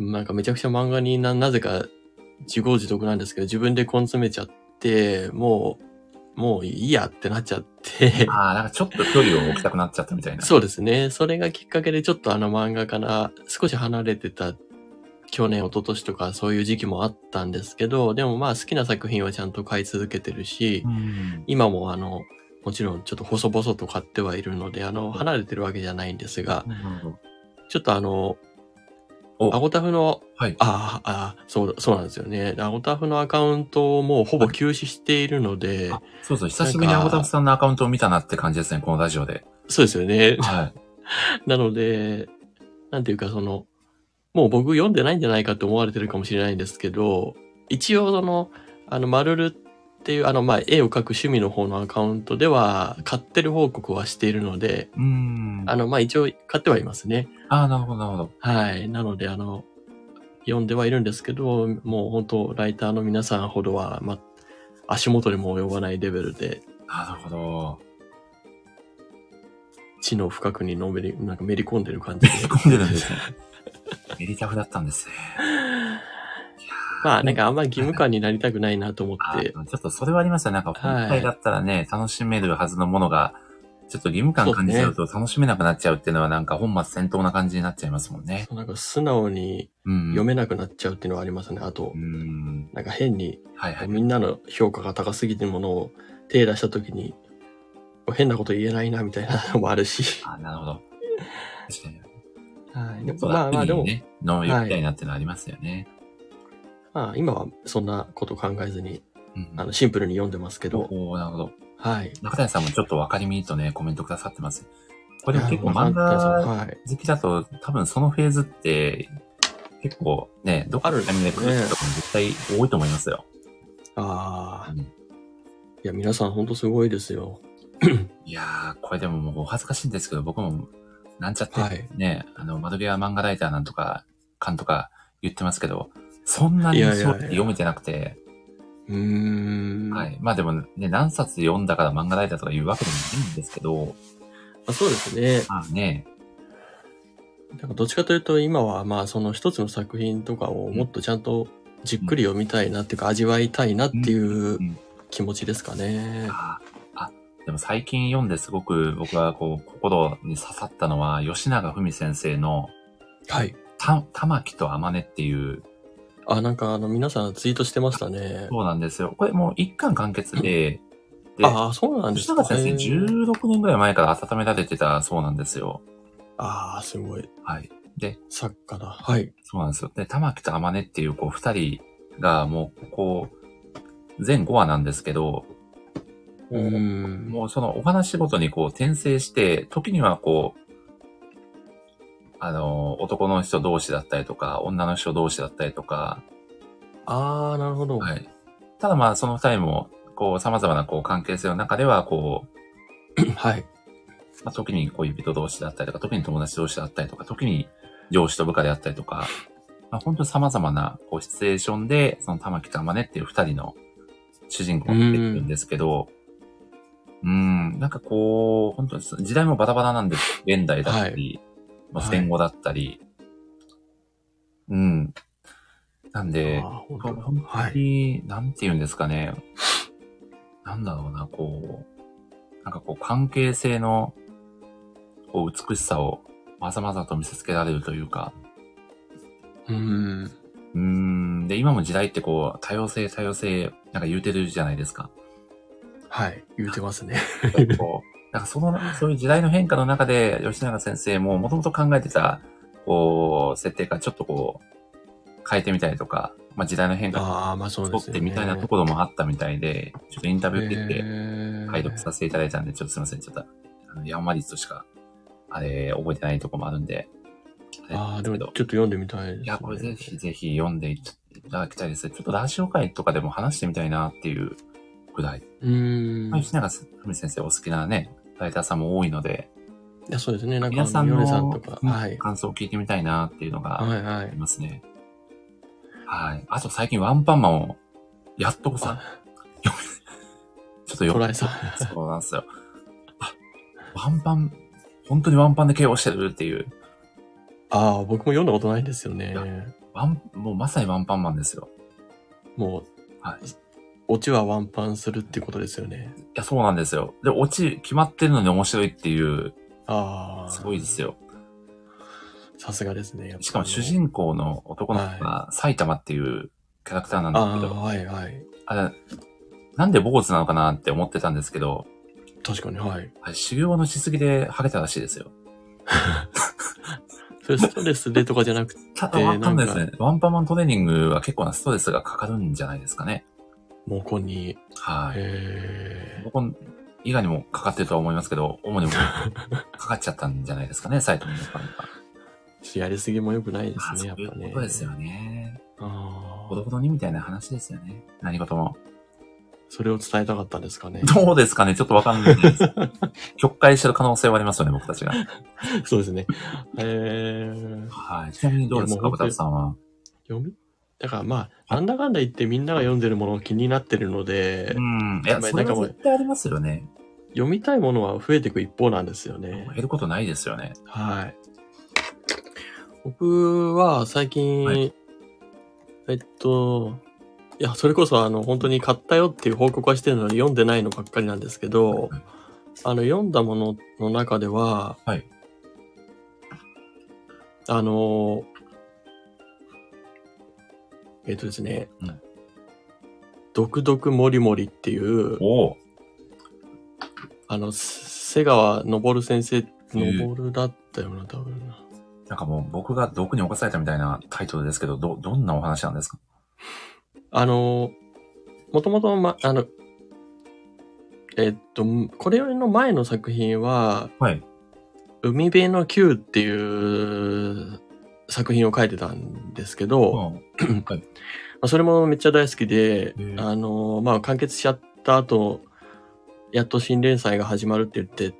B: なんかめちゃくちゃ漫画にな、なぜか自業自得なんですけど、自分で根詰めちゃって、もう、もういいやってなっちゃって、
A: ああ、なんかちょっと距離を置きたくなっちゃったみたいな。
B: そうですね。それがきっかけでちょっとあの漫画から少し離れてた去年、一昨年とかそういう時期もあったんですけど、でもまあ好きな作品はちゃんと買い続けてるし、
A: うん
B: 今もあの、もちろんちょっと細々と買ってはいるので、あの、離れてるわけじゃないんですが、
A: なるほど。
B: ちょっとあの、
A: お
B: アゴタフの、
A: はい
B: ああ、ああそう、そうなんですよね。アゴタフのアカウントをもうほぼ休止しているので、
A: あそうそう、久しぶりにアゴタフさんのアカウントを見たなって感じですね、このラジオで。
B: そうですよね。
A: はい。
B: なので、なんていうかその、もう僕読んでないんじゃないかと思われてるかもしれないんですけど、一応その、あの、マルルっていう、あの、まあ、絵を描く趣味の方のアカウントでは、買ってる報告はしているので、
A: うーん。
B: あの、まあ、一応買ってはいますね。
A: ああ、なるほど、なるほど。
B: はい。なので、あの、読んではいるんですけど、もう本当、ライターの皆さんほどは、ま、足元にも及ばないレベルで、
A: なるほ ど。
B: 地の深くにのめり、なんかめり込んで る感じで。
A: へこんでるんですね。メリタフだったんですね。
B: まあ、なんかあんまり義務感になりたくないなと思
A: あ
B: って
A: ー、ちょっとそれはありますよ。なんか、
B: は
A: 本
B: い
A: 体だったらね、楽しめるはずのものが、ちょっと義務感感じちゃうと楽しめなくなっちゃうっていうのはなんか本末転倒な感じになっちゃいますもんね。
B: なんか素直に
A: うん。
B: 読めなくなっちゃうっていうのはありますね。あと
A: う、ん。
B: なんか変に、
A: はいはい。
B: みんなの評価が高すぎてるものを手出した時に、変なこと言えないなみたいなのもあるし。
A: あーなるほど。確かに。
B: はい。
A: ちょっと
B: まあまあでも、
A: ね、飲みたいなってのはありますよね。
B: まあ今はそんなこと考えずに、
A: うん
B: あの、シンプルに読んでますけど、
A: おーなるほど。
B: はい。
A: 中谷さんもちょっと分かりみにとね、コメントくださってます。これ結構
B: あの
A: 漫画
B: はい。
A: 好きだと、多分そのフェーズって、結構ね、どっかのタイミングで来る人とかも絶対多いと思いますよ。
B: ああ、
A: うん
B: いや、皆さん本当すごいですよ。
A: いやー、これでももうお恥ずかしいんですけど、僕も、なんちゃって、
B: はい
A: ね、あの、窓際漫画ライターなんとか、かんとか言ってますけど、そんなに
B: いやいやいや
A: 正直読めてなくて、
B: うーん。
A: はい。まあでもね、何冊読んだから漫画ライターとか言うわけでもないんですけど、
B: あそうですね。
A: まあね、
B: なんかどっちかというと今はまあその一つの作品とかをもっとちゃんとじっくり読みたいなっていうか味わいたいなっていう
A: うん
B: 気持ちですかね。
A: あ、あでも最近読んですごく僕はこう、心に刺さったのは、吉永文先生の、
B: はい。
A: た、玉木と天音っていう、
B: あ、なんかあの皆さんツイートしてましたね。
A: そうなんですよ。これもう一巻完結で、で
B: ああ、そうなんで
A: 吉
B: す
A: 永
B: か。
A: 先生
B: へー
A: 16年ぐらい前から温められてたそうなんですよ。
B: ああ、すごい。
A: はい。で、
B: 作家だ。はい。
A: そうなんですよ。で、玉木と天音っていうこう二人がもう、こう、全5話なんですけど、
B: うーん。
A: もうそのお話ごとにこう転生して、時にはこう、あの、男の人同士だったりとか、女の人同士だったりとか、
B: ああ、なるほど。
A: はい。ただまあその二人も、こう様々なこう関係性の中では、こう、
B: はい。
A: まあ、時に恋人同士だったりとか、時に友達同士だったりとか、時に上司と部下であったりとか、まあ、本当に様々なこうシチュエーションで、その玉木と天音っていう二人の主人公が出てくるんですけど、うん、ん、なんかこう、本当に時代もバラバラなんです。現代だったり、まあ、
B: はい
A: 戦後だったり、うん。なんで、
B: あー
A: こう
B: 本当
A: 本
B: だは
A: 当
B: い。
A: に、なんて言うんですかね。なんだろうな、こう、なんかこう、関係性の、こう、美しさを、まざまざと見せつけられるというか、
B: うーん。
A: うーん、で、今も時代ってこう、多様性、多様性、なんか言うてるじゃないです か。
B: はい。言うてますね。
A: こう、なんかその、そういう時代の変化の中で、吉永先生も、もともと考えてた、こう、設定からちょっとこう、変えてみたりとか、まあ、時代の変化
B: ああ、まあそう
A: を
B: です
A: 取っ
B: よ
A: て
B: ね。
A: みたいなところもあったみたいで、ちょっとインタビュー受けて、解読
B: さ
A: させていただいたんで、ちょっとすいません。ちょっと、あの、やんまりとしか、あれ、覚えてないとこもあるんで。
B: ああ、
A: れ
B: で
A: な
B: も
A: ん
B: ち
A: す
B: ょっと読んでみたい
A: けど
B: です、ね。
A: いや、これぜひぜひ読んでいただきたいです。ちょっとラジオ会とかでも話してみたいなっていうぐらい。
B: うーん。
A: まあ、吉永文先生お好きなね、ライターさんも多いので、
B: いや、そうですね。なんか、
A: 皆さん
B: ヨ
A: の
B: ネさんとか。
A: うん
B: はい。
A: 感想を聞いてみたいなっていうのがあ
B: はいは
A: り
B: い。
A: ますね。はい。あと最近ワンパンマンを、やっとこさ、
B: あ、
A: ちょっとよ
B: トライさん。
A: そうなんですよ。あ、ワンパン、本当にワンパンで KO してるっていう。
B: ああ、僕も読んだことないんですよね。
A: ワン、もうまさにワンパンマンですよ。
B: もう、
A: はい。い
B: オチはワンパンするっていうことですよね。
A: や、そうなんですよ。で、オチ決まってるのに面白いっていう、
B: ああ。
A: すごいですよ。
B: さすがですね。やっぱ
A: しかも主人公の男の子が埼玉っていうキャラクターなん
B: あ
A: ですけ
B: のあー、
A: ど、
B: はいはい。
A: あれ、なんで坊主なのかなって思ってたんですけど、
B: 確かに、はい。
A: あれ修行のしすぎでハゲたらしいですよ。
B: それストレスでとかじゃなくて、
A: ただわかんないですね。ワンパンマントレーニングは結構なストレスがかかるんじゃないですかね。
B: もうこに、
A: はい。
B: え
A: 僕以外にもかかってるとは思いますけど、主に 僕かかっちゃったんじゃないですかね、サイトの中には。
B: ー、やりすぎも良くないで
A: あ
B: す
A: そ
B: ね、
A: う
B: やっ
A: いう
B: ぱね。
A: ことですよね。
B: あ
A: ほど
B: ー
A: ほどにみたいな話ですよね。何事も。
B: それを伝えたかったんですかね。
A: どうですかねちょっとわかんないです。 曲解してる可能性はありますよね、僕たちが。
B: そうですね。えー、
A: はい。ちなみにどうです
B: いやも
A: か、
B: う
A: ブタさんは。
B: 読みだからまあ、なんだかんだ言ってみんなが読んでるものを気になってるので、
A: うん。いや、
B: まあ
A: それ
B: なんか
A: は
B: もう
A: 絶対ありますよね。
B: 読みたいものは増えていく一方なんですよね
A: 減。ることないですよね。
B: はい。僕は最近、
A: はい
B: えっと、いや、それこそあの、本当に買ったよっていう報告はしてるのに読んでないのばっかりなんですけど、あの、読んだものの中では、
A: はい
B: あの、えっとですね
A: うん、
B: ドクドクモリモリっていう、
A: おお。
B: あの、瀬川昇先生、
A: ん
B: 昇だったよな、多分な。
A: なんかもう僕が毒に侵されたみたいなタイトルですけど、ど、どんなお話なんですか
B: あの、もともと、ま、あの、えっと、これよりの前の作品は、
A: はい。
B: 海辺の Q っていう作品を書いてたんですけど、ま
A: うん。
B: あ、それもめっちゃ大好き
A: へ
B: で
A: え、
B: あの、まあ、完結しちゃった後、やっと新連載が始まるって言って、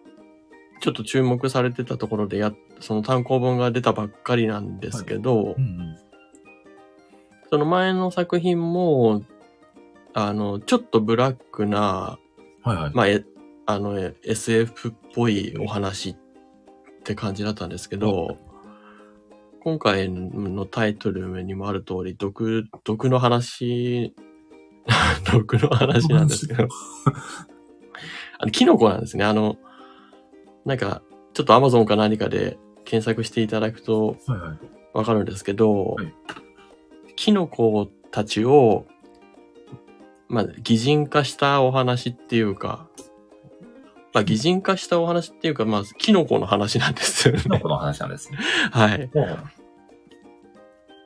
B: ちょっと注目されてたところでやっ、その単行本が出たばっかりなんですけど、
A: うん
B: その前の作品も、あの、ちょっとブラックな、
A: うん。はいはい。
B: まあ、えあの、え SF っぽいお話って感じだったんですけど、今回のタイトルにもある通り、毒、毒の話、 毒の話なんですけど、 あの、キノコなんですね。あの、なんか、ちょっと Amazon か何かで検索していただくと、
A: はいはい。
B: わかるんですけど、
A: はい
B: キノコたちを、まあ、擬人化したお話っていうか、まあ、擬人化したお話っていうか、まあ、キノコの話なんですよ
A: キノ
B: ね。
A: コの話なん ですね。
B: はい。
A: ほう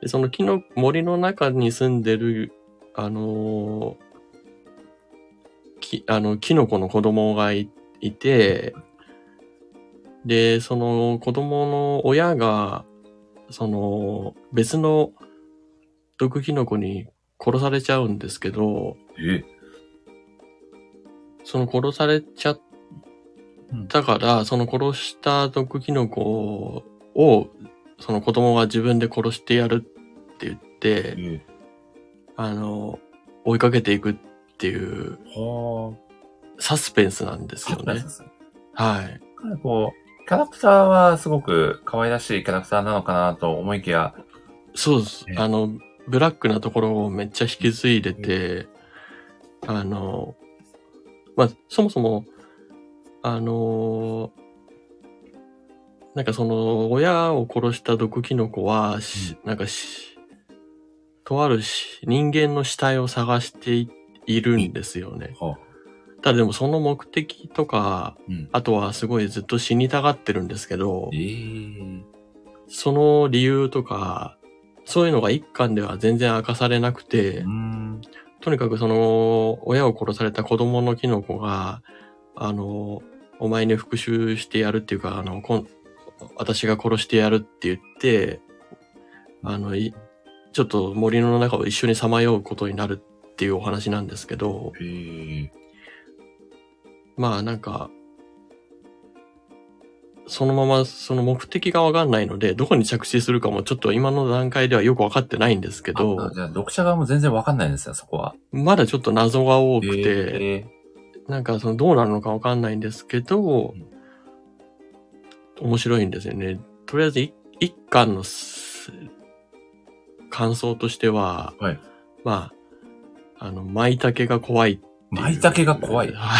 B: でそのキノ森の中に住んでる、あのーき、あの、キノコの子供がいいて、で、その子供の親が、その、別の毒キノコに殺されちゃうんですけど、
A: え
B: その殺されちゃったから、その殺した毒キノコを、その子供が自分で殺してやるって言って、
A: え
B: あの、追いかけていくっていう
A: は
B: サスペンスなんで
A: あ。
B: す
A: そ
B: よ
A: うなん
B: ね
A: で。すね。
B: はい。
A: なんかこう、キャラクターはすごく可愛らしいキャラクターなのかなと思いきや、
B: そうです
A: え。え
B: あの、ブラックなところをめっちゃ引き継いでて、あの、まあ、そもそも、あの、なんかその、親を殺した毒キノコは、しなんかし、とあるし人間の死体を探していいるんですよね。
A: は
B: ただでもその目的とか、
A: うん
B: あとはすごいずっと死にたがってるんですけど
A: え、え
B: その理由とか、そういうのが一巻では全然明かされなくて、
A: うーん。
B: とにかくその、親を殺された子供のキノコが、あの、お前に復讐してやるっていうか、あの、こん私が殺してやるって言って、あの、いちょっと森の中を一緒にさまようことになるっていうお話なんですけど、
A: ええ
B: まあなんか、そのままその目的がわかんないので、どこに着地するかもちょっと今の段階ではよくわかってないんですけ
A: あ
B: ど、
A: じゃあ、読者側も全然わかんないんですよ、そこは。
B: まだちょっと謎が多くて、
A: ええ
B: なんかそのどうなるのかわかんないんですけど
A: うん、
B: 面白いんですよね。とりあえずい一巻のす感想としては、
A: はい
B: まあ、あの、舞茸が怖いっていう
A: 舞茸が怖い。
B: は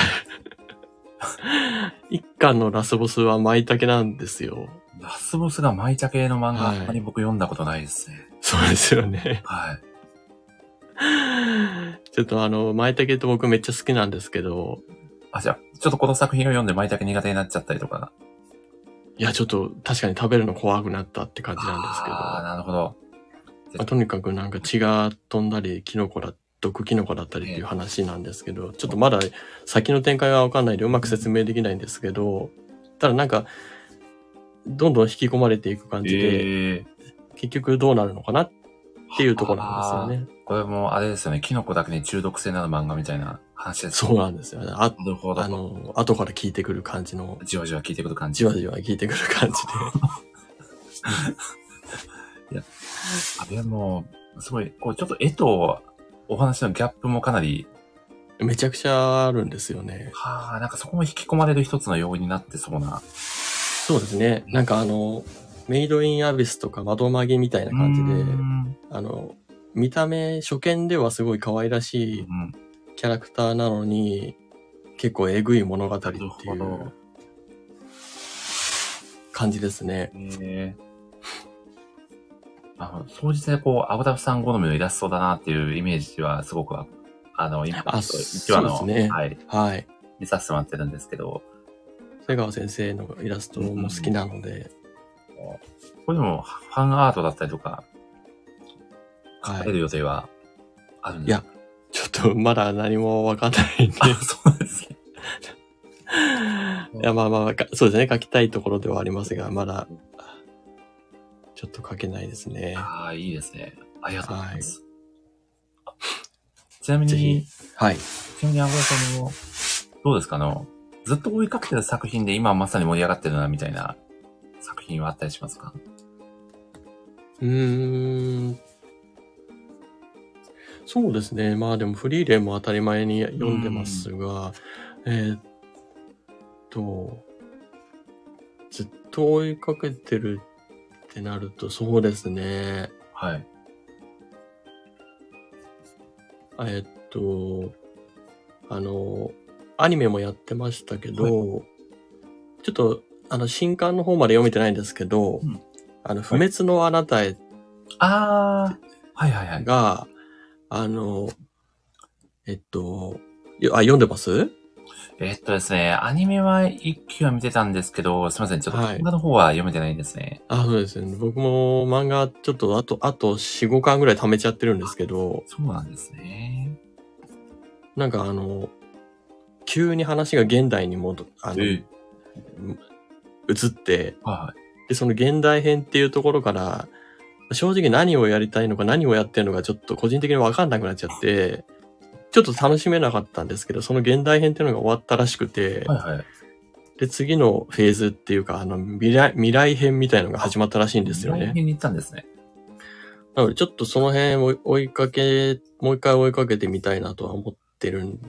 B: い。一巻のラスボスは舞茸なんですよ。
A: ラスボスが舞茸系の漫画、
B: はい
A: あんまり僕読んだことないですね。
B: そうですよね。
A: はい。
B: ちょっとあの、舞茸って僕めっちゃ好きなんですけど、
A: あ、じゃあ、ちょっとこの作品を読んで舞茸苦手になっちゃったりとか。
B: いや、ちょっと確かに食べるの怖くなったって感じなんですけど、
A: ああ、
B: ま
A: なるほど。
B: あ、とにかくなんか血が飛んだり、キノコだ、毒キノコだったりっていう話なんですけど、ちょっとまだ先の展開がわかんないでうまく説明できないんですけど、ただなんか、どんどん引き込まれていく感じで、
A: ええ
B: 結局どうなるのかなっていうところなんですよね。
A: これもあれですよね。キノコだけに中毒性のある漫画みたいな話です。
B: そうなんですよね。あ
A: なるほど。
B: あの、後から聞いてくる感じの、
A: じわじわ聞いてくる感じ。
B: じわじわ聞いてくる感じ
A: あれもう、すごい、こう、ちょっと絵とお話のギャップもかなり、
B: で、めちゃくちゃあるんですよね。
A: はあ、なんかそこも引き込まれる一つの要因になってそうな。
B: そうですね。なんかあの、メイドインアビスとか窓曲げみたいな感じ
A: う
B: で、
A: ん
B: あの、見た目、初見ではすごい可愛らしい
A: うん。
B: キャラクターなのに、結構えぐい物語ってい
A: なるほど
B: う感じですね。
A: ええあの、総じてこう、アブダフさん好みのイラストだなっていうイメージはすごくあ、あの、今、
B: あ
A: 一話の、
B: そうですね
A: はい、
B: はい。
A: 見させてもらってるんですけど、
B: 瀬川先生のイラストも好きなので、
A: これでもファンアートだったりとか、書か
B: は
A: れる
B: い。
A: 予定はあるん
B: い
A: です
B: や
A: か、
B: ちょっとまだ何もわかんないんで。
A: あそうなんですね。
B: いや、まあまあ、かそうですね。書きたいところではありますが、まだ、ちょっと書けないですね。
A: ああ、いいですね。ありがとうございます。ちなみ
B: ぜ
A: に
B: ひ、はい。
A: ちなみにアブラさんも、どうですかあの、ずっと追いかけてる作品で今まさに盛り上がってるな、みたいな作品はあったりしますか
B: うーん。そうですね。まあでもフリーレンも当たり前に読んでますが、えーっと、ずっと追いかけてるってなると、そうですね。
A: はい。
B: えーっと、あの、アニメもやってましたけど、ちょっと、あの、新刊の方まで読めてないんですけど、
A: うん
B: あの、不滅のあなたへ
A: ああ、はいはいはい。
B: が、あの、えっと、よあ、読んでます
A: えっとですね、アニメは一期は見てたんですけど、すみません、ちょっと
B: はい
A: 漫画の方は読めてないんですね。
B: あ、そうですよね。僕も漫画ちょっとあと、あと4、5巻ぐらい貯めちゃってるんですけど、
A: そうなんですね。
B: なんかあの、急に話が現代に戻、あの、移
A: え
B: って、
A: はい
B: で、その現代編っていうところから、正直何をやりたいのか何をやってるのかちょっと個人的にわかんなくなっちゃって、ちょっと楽しめなかったんですけど、その現代編っていうのが終わったらしくて、
A: はい。はいはい。
B: で、次のフェーズっていうか、あの、未来、未来編みたいのが始まったらしいんですよ
A: この
B: ね。
A: 辺に行ったんですね。
B: なので、ちょっとその辺を追いかけ、もう一回追いかけてみたいなとは思ってるん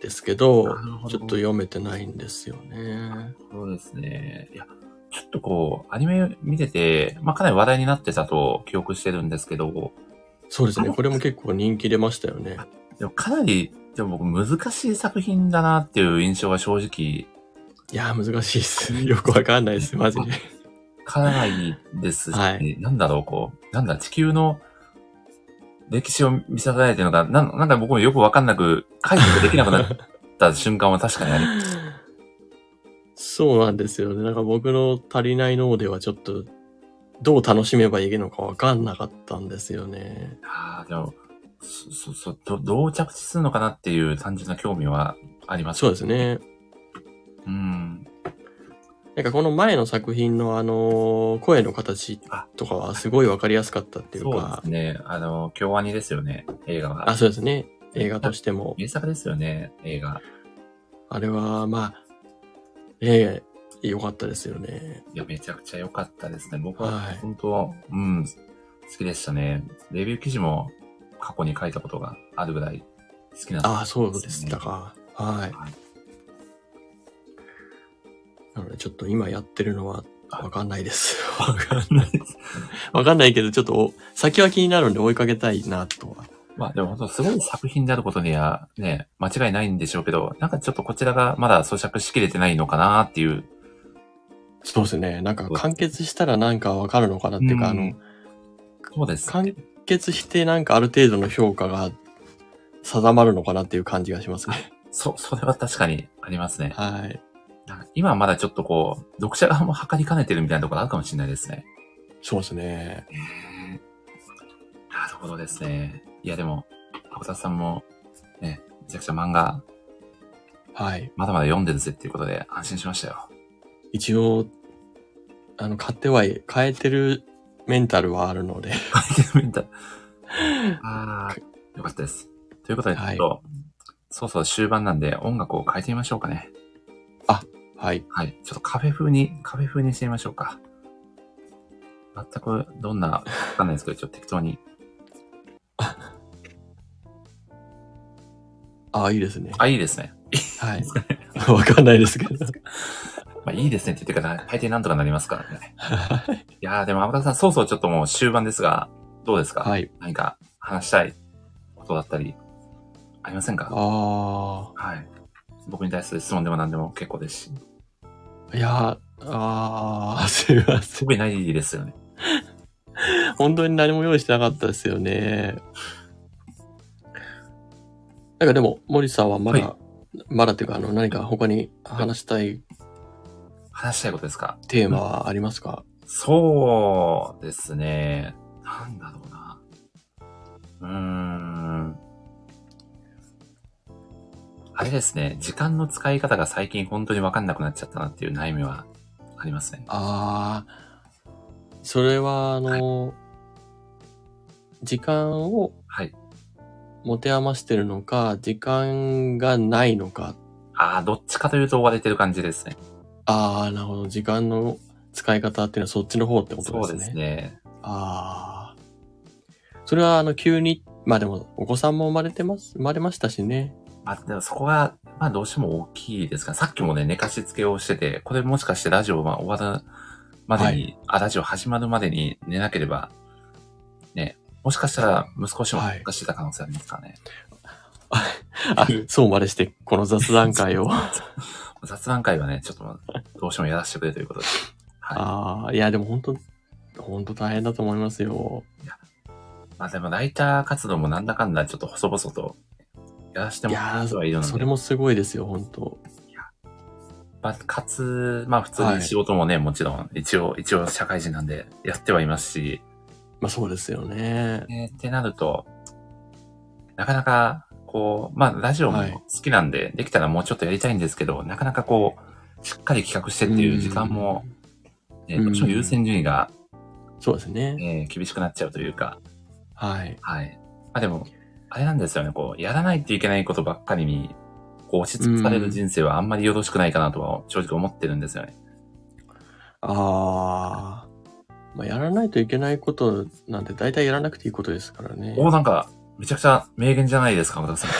B: ですけど、
A: なるほど
B: ちょっと読めてないんですよね。
A: そうですね。いや、ちょっとこう、アニメ見てて、まあ、かなり話題になってたと記憶してるんですけど、
B: そうです
A: あ
B: ね。
A: れ
B: これも結構人気出ましたよね。
A: でもかなり、でも僕難しい作品だなっていう印象が正直、
B: いやー、難しいです。よくわかんないです。マジで。
A: かなりですし、
B: はい
A: なんだろう、こう、なんだ、地球の歴史を見せられてるのが、なんなんか僕もよくわかんなく、解釈できなくなった瞬間は確かにあり、
B: そうなんですよね。なんか僕の足りない脳ではちょっと、どう楽しめばいいのかわかんなかったんですよね。
A: ああ、でも、そ、そ、そ、ど、どう着地するのかなっていう単純な興味はあります。
B: そうです。ね。
A: うん。
B: なんかこの前の作品のあのー声の形とかはすごいわかりやすかったっていう
A: そうで
B: か、
A: すね。あの、京アニですよね、映画
B: あ、
A: は。
B: そうですね。映画としても、
A: 名作ですよね、映画。
B: あれはまあ、ええ良かったですよね。
A: いや、めちゃくちゃ良かったですね。僕は
B: はい。
A: 本当、うん、好きでしたね。レビュー記事も過去に書いたことがあるぐらい好きな。
B: ああ、そうでしたか。はい。なのでちょっと今やってるのはわかんないです。 わかんないです。わかんないけど、ちょっとお先は気になるんで追いかけたいなとは。
A: まあでも本当すごい作品であることにはね、間違いないんでしょうけど、なんかちょっとこちらがまだ咀嚼しきれてないのかなっていう。
B: そうですね。なんか完結したらなんかわかるのかなっていうか、あの、
A: ん、そうです。
B: 完結してなんかある程度の評価が定まるのかなっていう感じがしますね。
A: そ、それは確かにありますね。
B: はい。
A: なんか今はまだちょっとこう、読者側も測りかねてるみたいなところあるかもしれないですね。
B: そうですね。
A: なるほどですね。いや、でも、箱田さんも、ね、めちゃくちゃ漫画、
B: はい。
A: まだまだ読んでるぜっていうことで安心しましたよ。
B: 一応、あの、買ってはい、変えてるメンタルはあるので。
A: 書いてるみたい。ああ、よかったです。ということで、ちょっと、そうそう終盤なんで音楽を変えてみましょうかね。
B: はい。
A: はい。ちょっとカフェ風に、カフェ風にしてみましょうか。全くどんな、わかんないですけど、ちょっと適当に。
B: ああ、いいですね。
A: あ、いいですね。
B: はい。 わかんないですけど。
A: まあいいですねって言ってから、大抵なんとかなりますからね。
B: はい
A: やーでも、天田さん、そうそうちょっともう終盤ですが、どうですか、
B: い。
A: 何か話したいことだったり、ありませんか
B: あ
A: はい。僕に対する質問でも何でも結構ですし、
B: あ、いや、ああ、 すいません。
A: 特にないですよね。
B: 本当に何も用意してなかったですよね。なんかでも、森さんはまだ、
A: は
B: まだっていうか、あの、何か他に話したい
A: 話したいことですか
B: テーマはありますか、
A: そうですね。なんだろうな。うーん。あれですね。時間の使い方が最近本当にわかんなくなっちゃったなっていう悩みはありますね。
B: ああ、それは、あの、時間を
A: はい。
B: 持て余してるのか、時間がないのか。
A: ああ、どっちかというと追われてる感じですね。
B: ああ、なるほど。時間の使い方っていうのはそっちの方ってこと
A: そう
B: です
A: です
B: ね。
A: ね。
B: ああ。それは、あの、急に、まあでも、お子さんも生まれてます、生まれましたしね。
A: まあ、でもそこが、まあどうしても大きいですが、さっきもね、寝かしつけをしてて、これもしかしてラジオは終わるまでに、あ、ラジオ始まるまでに寝なければ、ね、もしかしたら息子氏も
B: はい
A: 寝かしてた可能性ありますからね。
B: あ、 そうまでして、この雑談 会を。あ
A: 雑談会はね、ちょっとまあどうしてもやらせてくれということで。は
B: あ、いや、でも本当本当大変だと思いますよ。
A: い。まあでもライター活動もなんだかんだちょっと細々とやらせて
B: い
A: も
B: や
A: らってはいる
B: ー、
A: ので。
B: それもすごいですよ、本当
A: まあ、かつ、まあ普通に仕事もね、もちろん、一応、一応社会人なんでやってはいますし、
B: まあそうですよね。
A: えーってなると、なかなか、こう、まあラジオも
B: はい
A: 好きなんで、できたらもうちょっとやりたいんですけど、なかなかこう、しっかり企画してっていう時間も、ね、
B: うん
A: どうしても優先順位が、
B: そうですね。
A: えー厳しくなっちゃうというか、
B: はい。
A: はい。まあでも、あれなんですよね、こう、やらないといけないことばっかりに、こう、押しつぶされる人生はあんまりよろしくないかなとは、正直思ってるんですよね。
B: ああ。まあやらないといけないことなんて大体やらなくていいことですからね。
A: お、なんか、めちゃくちゃ名言じゃないですか、小田 さん。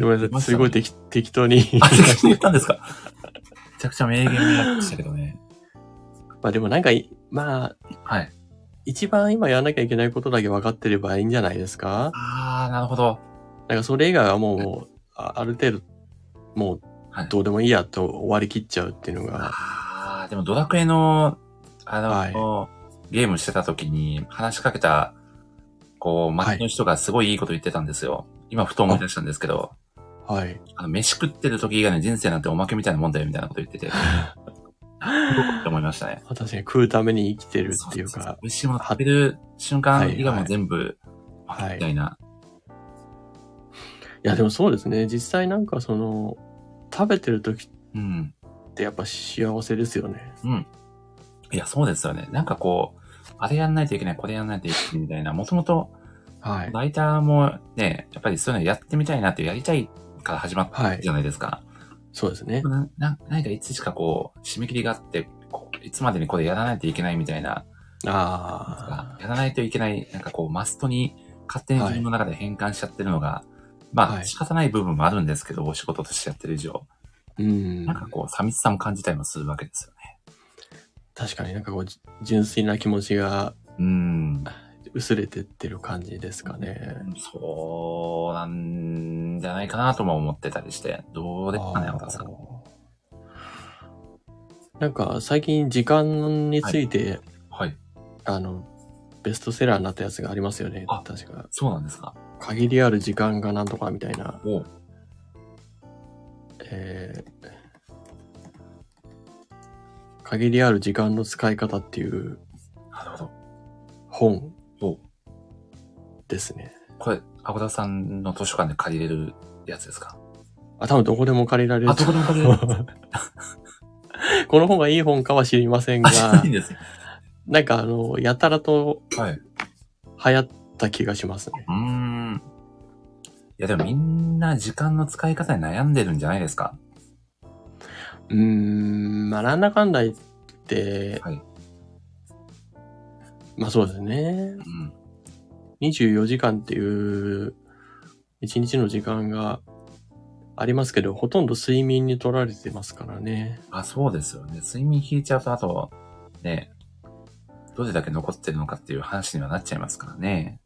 B: ごめんなさい、すごい適適当に。
A: あ、適当に言ったんですかめちゃくちゃ名言になってしたけどね。
B: まあでもなんかい、まあ、
A: はい。
B: 一番今やらなきゃいけないことだけ分かってればいいんじゃないですか
A: あー、なるほど。
B: なんかそれ以外はもう、あある程度、もう
A: はい、
B: どうでもいいやと終わりきっちゃうっていうのが、
A: あー、でもドラクエの、あの、
B: はい
A: ゲームしてた時に話しかけた、こう、街の人がすごいいいこと言ってたんですよ。今、ふと思い出したんですけど、
B: はい。
A: あの、飯食ってる時以外の人生なんておまけみたいなもんだよ、みたいなこと言 ってて、すごくって思いましたね。
B: 私が食うために生きてるっていう
A: そそそ
B: か、
A: 美味しいもの食べる瞬間以外も全部、
B: はいはい
A: みたいな。
B: いやでもそうですね、実際なんかその、食べてる時
A: うん。
B: ってやっぱ幸せですよね。
A: うん。いや、そうですよね。なんかこう、あれやんないといけない、これやんないといけないみたいな、もともと
B: はい。
A: ライターもね、やっぱりそういうのやってみたいなって、やりたいから始まったじゃないですか。
B: そうですね。
A: なな何かいつしかこう、締め切りがあって、こういつまでにこれやらないといけないみたいな、
B: あ
A: やらないといけない、なんかこう、マストに勝手に自分の中で変換しちゃってるのが、ま
B: は
A: あ、
B: い
A: 仕方ない部分もあるんですけど、お仕事としてやってる以上、
B: あ、うん
A: なん。かこう、寂しさも感じたりもするわけですよね。
B: 確かになんかこう、じ純粋な気持ちが
A: うん。
B: 薄れてってる感じですかね。
A: そうなんじゃないかなとも思ってたりして、どうですかね、
B: あー
A: 小田さん。
B: なんか最近時間について、
A: はい。
B: あの、ベストセラーになったやつがありますよね。
A: あ
B: 確か。
A: そうなんですか。
B: 限りある時間がなんとかみたいな。
A: おう
B: ええー限りある時間の使い方っていう
A: なるほど。
B: 本
A: お
B: ですね。
A: これ、アゴダさんの図書館で借りれるやつですか
B: あ、多分どこでも借りられる
A: あ、。どこでも借りれるんです
B: この本がいい本かは知りませ んが、
A: あ、いいんですね。
B: なんかあの、やたらと
A: はい。う
B: 流行った気がしますね。
A: ーん。いや、でもみんな時間の使い方に悩んでるんじゃないですか
B: うーん、まあなんだかんだ言って、
A: はい
B: まあそうですね
A: う。ん。
B: 24時間っていう、1日の時間がありますけど、ほとんど睡眠に取られてますからね。
A: あ、そうですよね。睡眠引いちゃうと、あと、ね、どれだけ残ってるのかっていう話にはなっちゃいますからね。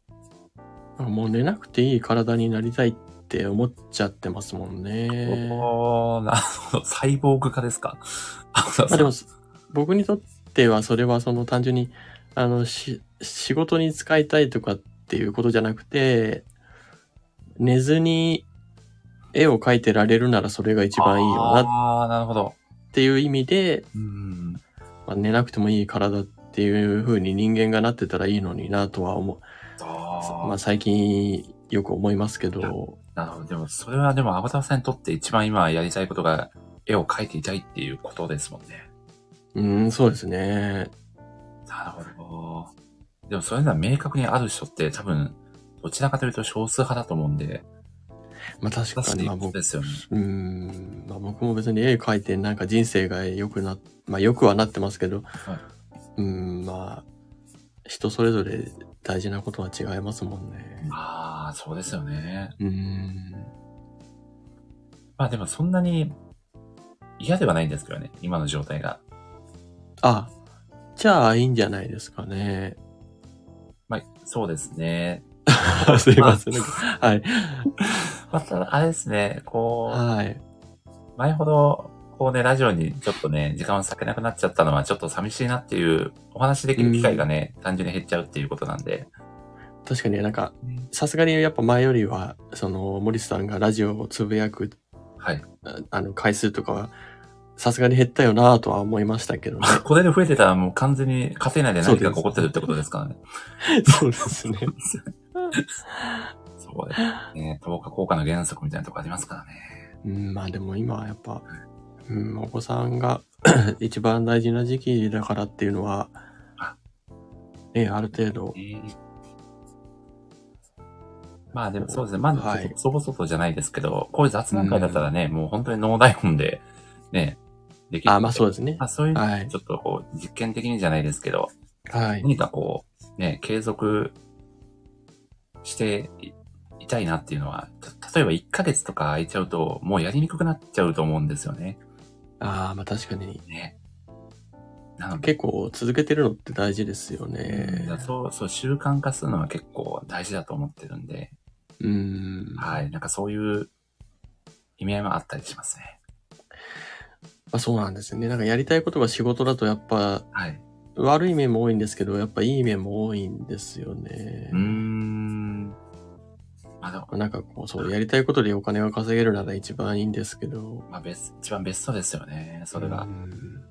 B: もう寝なくていい体になりたいって思っちゃってますもんね。
A: おー、なるほど。サイボーグ化ですか。 あ、そう
B: まあで
A: そう。
B: も、僕にとってはそれはその単純に、あの、し、仕事に使いたいとかっていうことじゃなくて、寝ずに絵を描いてられるならそれが一番いいよなっ
A: あー、なるほど。
B: ていう意味で、
A: うん。
B: まあ、寝なくてもいい体っていう風に人間がなってたらいいのになとは思う。
A: あー
B: まあ最近よく思いますけど、
A: なるほど。でも、それはでも、アバターさんにとって一番今やりたいことが、絵を描いていたいっていうことですもんね。
B: うん、そうですね。
A: なるほど。でも、それなら明確にある人って多分、どちらかというと少数派だと思うんで、
B: まあ確
A: 出
B: か
A: して
B: に、
A: い
B: まあ
A: くこと
B: 僕
A: で、すよね。
B: うん、まあ僕も別に絵描いてなんか人生が良くな、まあ良くはなってますけど、
A: はい
B: うん、まあ、人それぞれ大事なことは違いますもんね。
A: ああ、そうですよね。
B: うん。
A: まあでも、そんなに嫌ではないんですけどね、今の状態が。
B: あ、じゃあいいんじゃないですかね。
A: まあ、そうですね。
B: すいません。はい。
A: まあただ、あれですね、こう、
B: はい。
A: 前ほど、こうね、ラジオにちょっとね、時間を割けなくなっちゃったのは、ちょっと寂しいなっていう、お話できる機会がね、単純に減っちゃうっていうことなんで。
B: 確かになんか、さすがにやっぱ前よりは、その、森さんがラジオをつぶやく、
A: はい。
B: ああの、回数とかは、さすがに減ったよなぁとは思いましたけどね。
A: これで増えてたらもう完全に家庭内で何かが起
B: そうです
A: こってるってことですからね。
B: そうですね。
A: そうですね。等価効果の原則みたいなとこありますからね。
B: うん、まあでも今はやっぱ、うん、お子さんが 一番大事な時期だからっていうのは
A: あ、
B: ね、ある程度、
A: まあでもそうですね。ま
B: は
A: だ
B: い
A: そぼそぼじゃないですけど、こういう雑談会だったらね、もう本当に脳台本で、ね、できる。
B: あ、まあそう
A: う
B: ですね
A: ま。あそういう、
B: はい
A: ちょっとこう、実験的にじゃないですけど、
B: はい。
A: 何かこう、ね、継続していいたいなっていうのは、た例えば1ヶ月とか空いちゃうと、もうやりにくくなっちゃうと思うんですよね。
B: ああ、まあ確かに。
A: ね。なので、
B: 結構続けてるのって大事ですよ
A: うん
B: ね
A: だ。そう、そう、習慣化するのは結構大事だと思ってるんで、
B: うん。
A: はい、なんかそういう意味合いもあったりしますね。
B: まあそうなんですよね。なんかやりたいことが仕事だとやっぱ
A: はい。
B: 悪い面も多いんですけど、やっぱいい面も多いんですよね
A: うー。ん。まあでも、
B: なんかこう、そう、やりたいことでお金が稼げるなら一番いいんですけど。
A: まあベス、一番ベストですよね、それが。
B: うん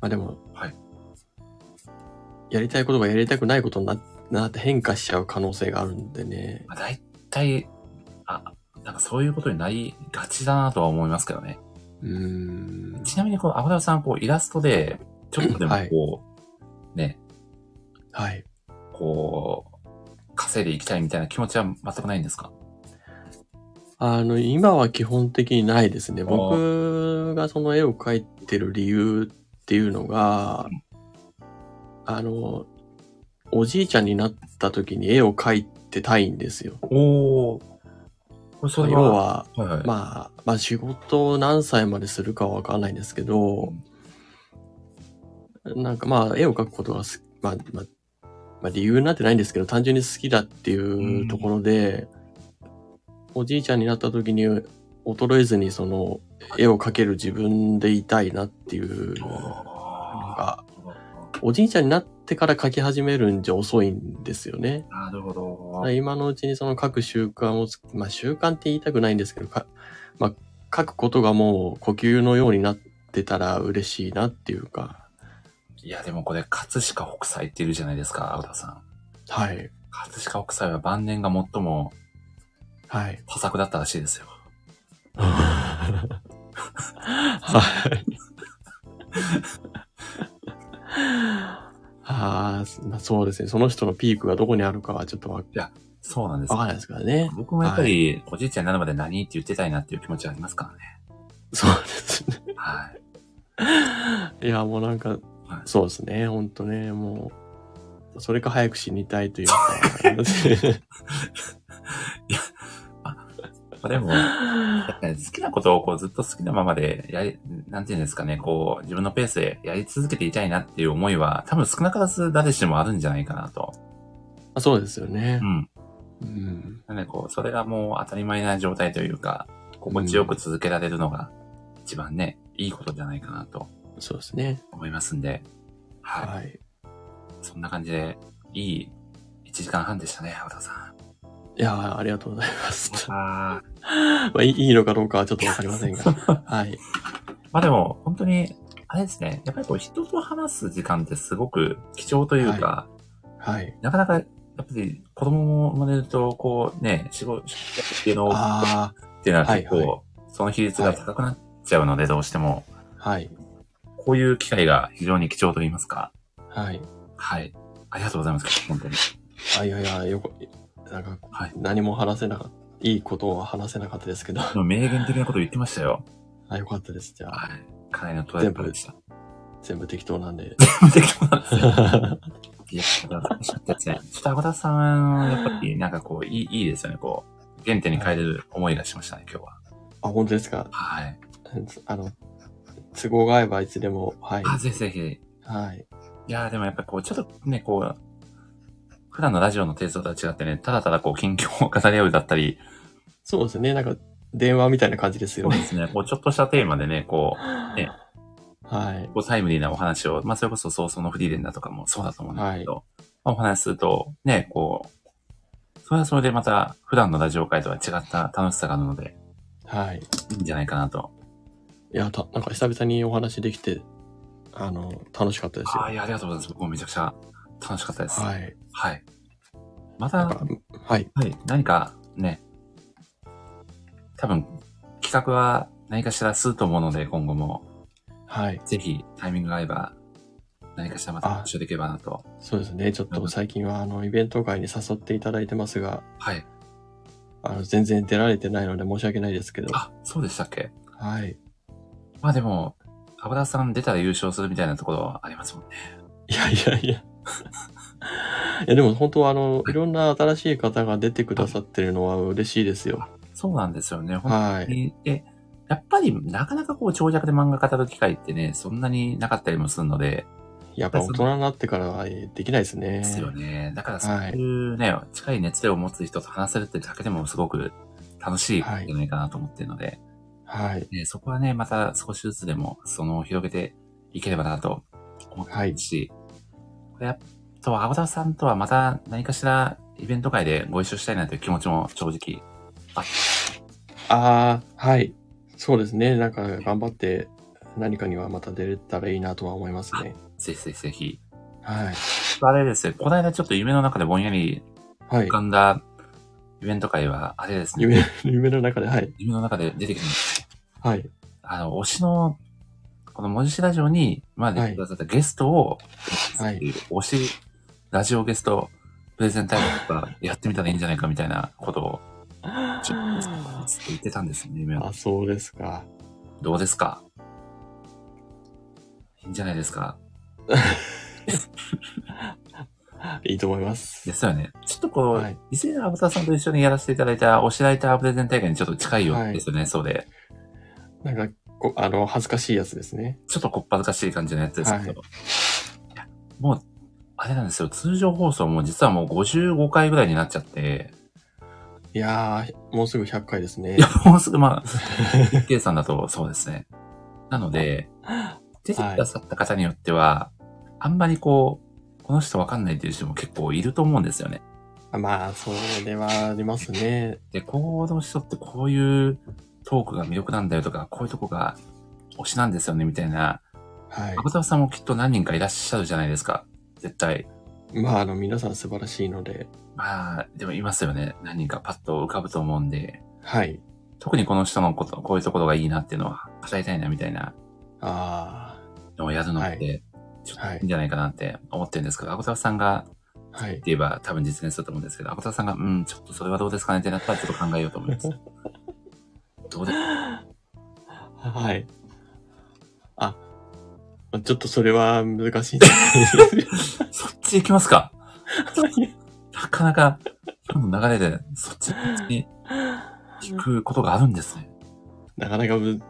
B: まあでも、
A: はい
B: やりたいことがやりたくないことにななって変化しちゃう可能性があるんでね。
A: まあ、大体、あ、なんかそういうことになりがちだなとは思いますけどね。
B: うーん。
A: ちなみに、このアフダさん、こう、イラストで、ちょっとでも
B: はい
A: こう、ね、
B: はい。
A: こう、稼いでいきたいみたいな気持ちは全くないんですか
B: あの、今は基本的にないですね。僕がその絵を描いてる理由っていうのが、あの、おじいちゃんになった時に絵を描いてたいんですよ。
A: おお。これそれ
B: 要
A: は、は
B: は、
A: い はい。
B: まあ、まあ仕事を何歳までするかはわかんないんですけど、なんかまあ絵を描くことが好き、まあ、まあ、まあ理由になってないんですけど、単純に好きだっていうところで、おじいちゃんになった時に衰えずにその絵を描ける自分でいたいなっていうの
A: あ
B: が
A: ー、
B: おじいちゃんになってから書き始めるんじゃ遅いんですよね。
A: なるほ
B: だ
A: ど
B: から。今のうちにその書く習慣をつ、まあ習慣って言いたくないんですけど、かまあ書くことがもう呼吸のようになってたら嬉しいなっていうか、
A: いや、でもこれ、葛飾北斎っているじゃないですか、青田さん。
B: はい、
A: 葛飾北斎は晩年が最も
B: はい。
A: 多作だったらしいですよ。
B: はい。ああ、まあそうですね。その人のピークがどこにあるかはちょっとわ
A: そうなんです
B: わかんないですからね。
A: 僕もやっぱり、おじいちゃんになるまで何って言ってたいなっていう気持ちはありますからね。
B: そうですね。
A: はい。
B: いや、もうなんか、そうですね。ほんとね、もう、それか早く死にたいというか。
A: まあ でも、やっぱり好きなことをこうずっと好きなままで、やり、なんていうんですかね、こう、自分のペースでやり続けていたいなっていう思いは、多分少なからず誰しもあるんじゃないかなと。
B: あそうですよね
A: う。ん。
B: うん。
A: なんでこう、それがもう当たり前な状態というか、心地よく続けられるのが、一番ね、いいことじゃないかなと
B: そうですね。
A: 思いますんで、はい。
B: はい。
A: そんな感じで、いい1時間半でしたね、青田さん。
B: いやー、ありがとうございます。
A: あ
B: まあ、いいいいのかどうかはちょっとわかりませんが。はい。
A: まあでも、本当に、あれですね、やっぱりこう人と話す時間ってすごく貴重というか、
B: はい。
A: なかなか、やっぱり子供も生まれると、こうね、仕事、仕事っていうのを、
B: あ
A: っていうのは結構、
B: はいは
A: その比率が高くなっちゃうので、どうしても、
B: あ、はい。
A: こういう機会が非常に貴重と言いますか。
B: はい。
A: はい。ありがとうございます、本当に。
B: あ、いやいや、よく、なんか、
A: はい
B: 何も話せなかった、いいことは話せなかったですけど、
A: でも名言的なこと言ってましたよ。
B: あ、よかったです。じゃあ、
A: はい。かなりのトライプ でした。
B: 全部適当な んで。
A: 適当なんですよ
B: はい
A: や、楽しかったですね。ちょっと、アゴ田さん、やっぱり、なんかこう、いい、いいですよね。こう、原点に変える思いがしましたね、今日は。
B: あ、本当ですか。
A: はい。
B: あの、都合が合えばいつでも、はい。
A: あ、ぜひぜひ。
B: はい。
A: いやー、でもやっぱりこう、ちょっとね、こう、普段のラジオのテイストとは違ってね、ただただこう、近況を語り合うだったり、
B: そうですね。なんか、電話みたいな感じです
A: そ
B: よ
A: うで
B: ね。
A: すね、こう、ちょっとしたテーマでね、こね
B: は
A: う、こうタイムリーなお話を、まあ、それこそ早々のフリーレンだとかもそうだと思うんですけど、まあお話しすると、ね、こう、それはそれでまた、普段のラジオ界とは違った楽しさがあるので、
B: い。はい。
A: いいんじゃないかなと。
B: いや、た、なんか久々にお話できて、あの、楽しかったです
A: あ
B: よ。
A: あ、
B: はい
A: や、ありがとうございます。僕もめちゃくちゃ楽しかったです。はい。
B: い。
A: ま
B: な
A: た、
B: ん
A: は
B: かはい。
A: い、何かね、多分、企画は何かしらすると思うので、今後も、
B: はい。
A: ぜひタイミングが合えば、何かしらまた
B: あ
A: 募集できればなと。
B: そうですね。ちょっと最近は、あの、イベント会に誘っていただいてますが、
A: はい。
B: あの、全然出られてないので申し訳ないですけど。
A: あ、そうでしたっけ
B: はい。
A: まあでも、油田さん出たら優勝するみたいなところはありますもんね。
B: いやいやいや。いや、でも本当はあの、いろんな新しい方が出てくださってるのは嬉しいですよ。
A: そうなんですよね。本
B: は
A: 当
B: い。
A: に。で、やっぱりなかなかこう長尺で漫画語る機会ってね、そんなになかったりもするので、
B: やっぱ大人になってからはえーできないですね。
A: ですよね。だからそう
B: はい
A: いうね、近い熱量を持つ人と話せるってだけでもすごく楽しいことじゃないかなと思っているので、
B: はい。
A: ねそこはね、また少しずつでも、その広げていければなと思ってますし、これやっと、青田さんとはまた何かしらイベント会でご一緒したいなという気持ちも正直、
B: ああ、はい。そうですね。なんか頑張って何かにはまた出れたらいいなとは思いますね。
A: ぜひぜひぜひ。
B: はい。
A: あれですね、この間ちょっと夢の中でぼんやり
B: はい
A: 浮。かんだイベント会は、あれですね、
B: 夢、夢の中で、はい。
A: 夢の中で出てきました。
B: はい。
A: あの、推しの、この文字市ラジオに、まあ、出てくださったゲストを、
B: はい
A: 推し、ラジオゲスト、プレゼンタイムとか、やってみたらいいんじゃないかみたいなことを、ちょっと言ってたんですよね、夢は
B: あ、そうですか。
A: どうですかいいんじゃないですか
B: いいと思います
A: で。すよね。ちょっとこう、
B: はい
A: 伊勢アブタさんと一緒にやらせていただいた推しライタープレゼン大会にちょっと近いようですよね、そうで。
B: なんか、こあの、恥ずかしいやつですね。
A: ちょっとこっぱずかしい感じのやつですけど。いやもう、あれなんですよ。通常放送も実はもう55回ぐらいになっちゃって、
B: いやー、もうすぐ100回ですね
A: いや。、もうすぐまあ、計算だとそうですね。なので、出てくださった方によっては、あんまりこう、この人わかんないっていう人も結構いると思うんですよね。
B: あまあ、それはありますね。
A: で、この人ってこういうトークが魅力なんだよとか、こういうとこが推しなんですよね、みたいな。
B: はい。
A: 赤澤さんもきっと何人かいらっしゃるじゃないですか。絶対。
B: まあ、あの、皆さん素晴らしいので、
A: まあ、でもいますよね。何人かパッと浮かぶと思うんで。
B: はい。
A: 特にこの人のこと、こういうところがいいなっていうのは、語りたいなみたいな
B: あ
A: のをやるの
B: は
A: っ
B: い
A: て、ちょっと
B: はい
A: いいんじゃないかなって思ってるんですけど、アコタさんが、
B: あ、はい
A: っ。て言えば多分実現すると思うんですけど、アコタさんが、うん、ちょっとそれはどうですかねってなったらちょっと考えようと思い ます。どうで
B: はい。あ、ちょっとそれは難しいですね
A: そっち行きますかなかなか、今日の流れで、そっちに聞くことがあるんですね。
B: なかなかむ、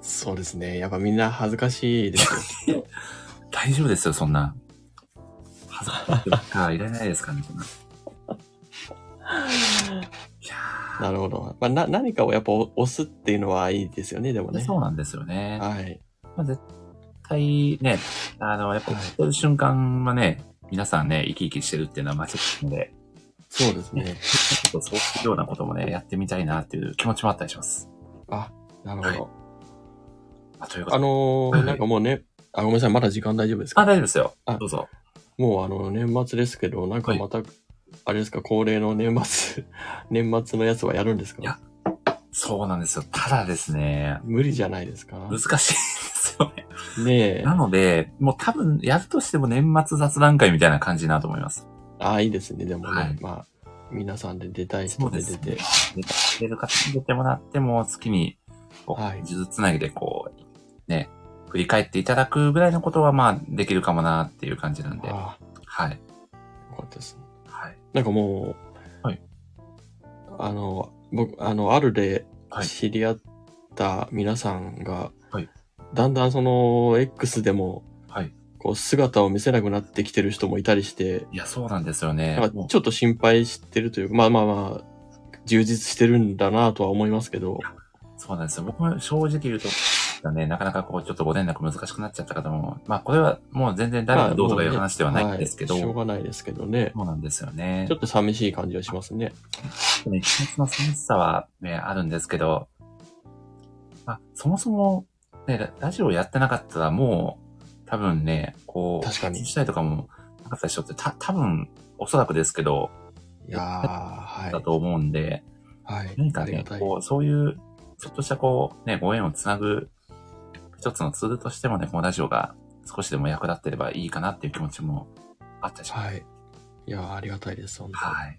B: そうですね。やっぱみんな恥ずかしいで すよ。
A: 大丈夫ですよ、そんな。恥ずかしいばっかいられないですからね、そんな。いや
B: なるほど。まあ、な、何かをやっぱ押すっていうのはいいですよね、でも
A: ー
B: ね。
A: そうなんですよね。
B: はい。
A: まあ、絶対ね、あの、やっぱ、聞いる瞬間はね、皆さんね、生き生きしてるっていうのは間違いないので、
B: そうで すね。
A: ちょっとそういうようなこともね、やってみたいなっていう気持ちもあったりします。
B: あ、なるほど。
A: まあ、ということ
B: あ
A: で。
B: の
A: はい
B: ー、なんかもうね、あ、ごめんなさい、まだ時間大丈夫です
A: あ、
B: か
A: 大丈夫ですよ。
B: あ
A: どうぞ。
B: もうあの、年末ですけど、なんかまた、あれですか、恒例の年末、 年末のやつはやるんです
A: いや
B: か
A: そうなんですよ。ただですね、
B: 無理じゃないですか
A: 難しいですよね。
B: ねえ。
A: なので、もう多分、やるとしても年末雑談会みたいな感じになると思います。
B: ああ、いいですね。でもね、
A: はい
B: まあ、皆さんで出たい
A: そ
B: 人
A: うで
B: です出
A: ね
B: て、
A: で出る方に出てもらっても、月に、こう、
B: はい
A: 数珠つなぎでこう、ね、振り返っていただくぐらいのことは、まあ、できるかもなっていう感じなんで、はい。
B: あ
A: はい。
B: あ、よかったですね。なんかもう、
A: はい
B: あの、僕、あの、あるで
A: はい
B: 知り合った皆さんが、
A: はい
B: だんだんその、X でも、
A: はい
B: こう、姿を見せなくなってきてる人もいたりして、
A: いや、そうなんですよね。
B: なんかちょっと心配してるというか、まあまあまあ、充実してるんだなとは思いますけど、
A: そうなんですよ。僕も正直言うと、ね、なかなかこう、ちょっとご連絡難しくなっちゃった方も、まあ、これはもう全然誰
B: まあ
A: がどうとかいう
B: もね
A: 話ではないんですけど、
B: はいしょうがないですけどね。
A: そうなんですよね
B: ちょ。っと寂しい感じはしますね。
A: ね、気持ちの寂しさはね、あるんですけど、まあ、そもそも、ね、ララジオやってなかったらもう、多分ね、こう、
B: 確かに
A: したいとかもなかったでしょって、た、多分、おそらくですけど、
B: いやー、はい
A: だ。と思うんで、
B: はい。
A: 何か
B: ありが
A: ね
B: た、い。
A: こう、そういう、ちょっとしたこう、ね、ご縁をつなぐ、一つのツールとしてもね、このラジオが少しでも役立ってればいいかなっていう気持ちもあったりします。
B: はい。いやー、ありがたいです、本当
A: はい。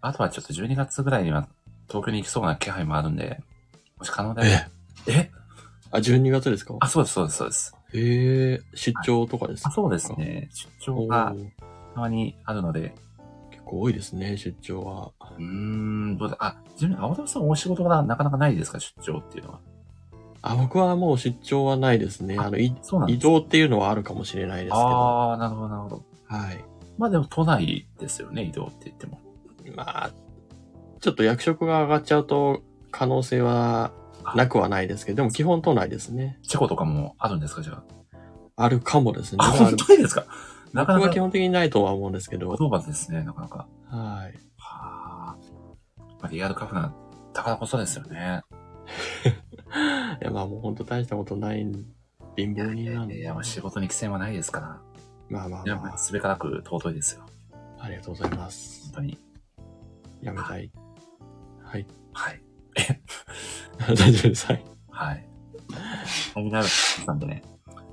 A: あとはちょっと12月ぐらいには東京に行きそうな気配もあるんで、もし可能であれば。え
B: あ、12月ですか
A: あ、そうです、そうです、そうです。
B: へえ、出張とかです
A: あ
B: か
A: そうです。ね。出張
B: お
A: が
B: ー
A: たまにあるので、
B: 結構多いですね、出張は。
A: うーん、どうだ、あ、自分、青田さんお仕事がなかなかないですか、出張っていうのは。
B: あ、僕はもう出張はないですね。
A: あ
B: あの、い
A: そうなんで
B: 移
A: す
B: 動っていうのはあるかもしれないですけど。
A: ああ、なるほど、なるほど。
B: はい。
A: まあでも都内ですよね、移動って言っても。
B: まあ、ちょっと役職が上がっちゃうと可能性はなくはないですけど、でも基本都内ですね。
A: チェコとかもあるんですか、じゃあ。
B: あるかもですね。
A: あ、
B: まあ
A: 本当にですかなかな
B: 僕は
A: か
B: 基、本的にないとは思うんですけど。
A: 言葉ですね、なかなか。
B: はい。
A: はあ。まあリアルカフナ、だからこそですよね。
B: いや、まあもう本当大したことない、貧乏人なんで。
A: いや、もう仕事に規制はないですから。
B: まあまあ
A: いや、
B: ま
A: すべからく尊いですよ。
B: あ、ありがとうございます
A: 本。当に。
B: やめたい。はい。
A: はい。
B: 大丈夫です。はい。
A: はい。タイミナルさんでね。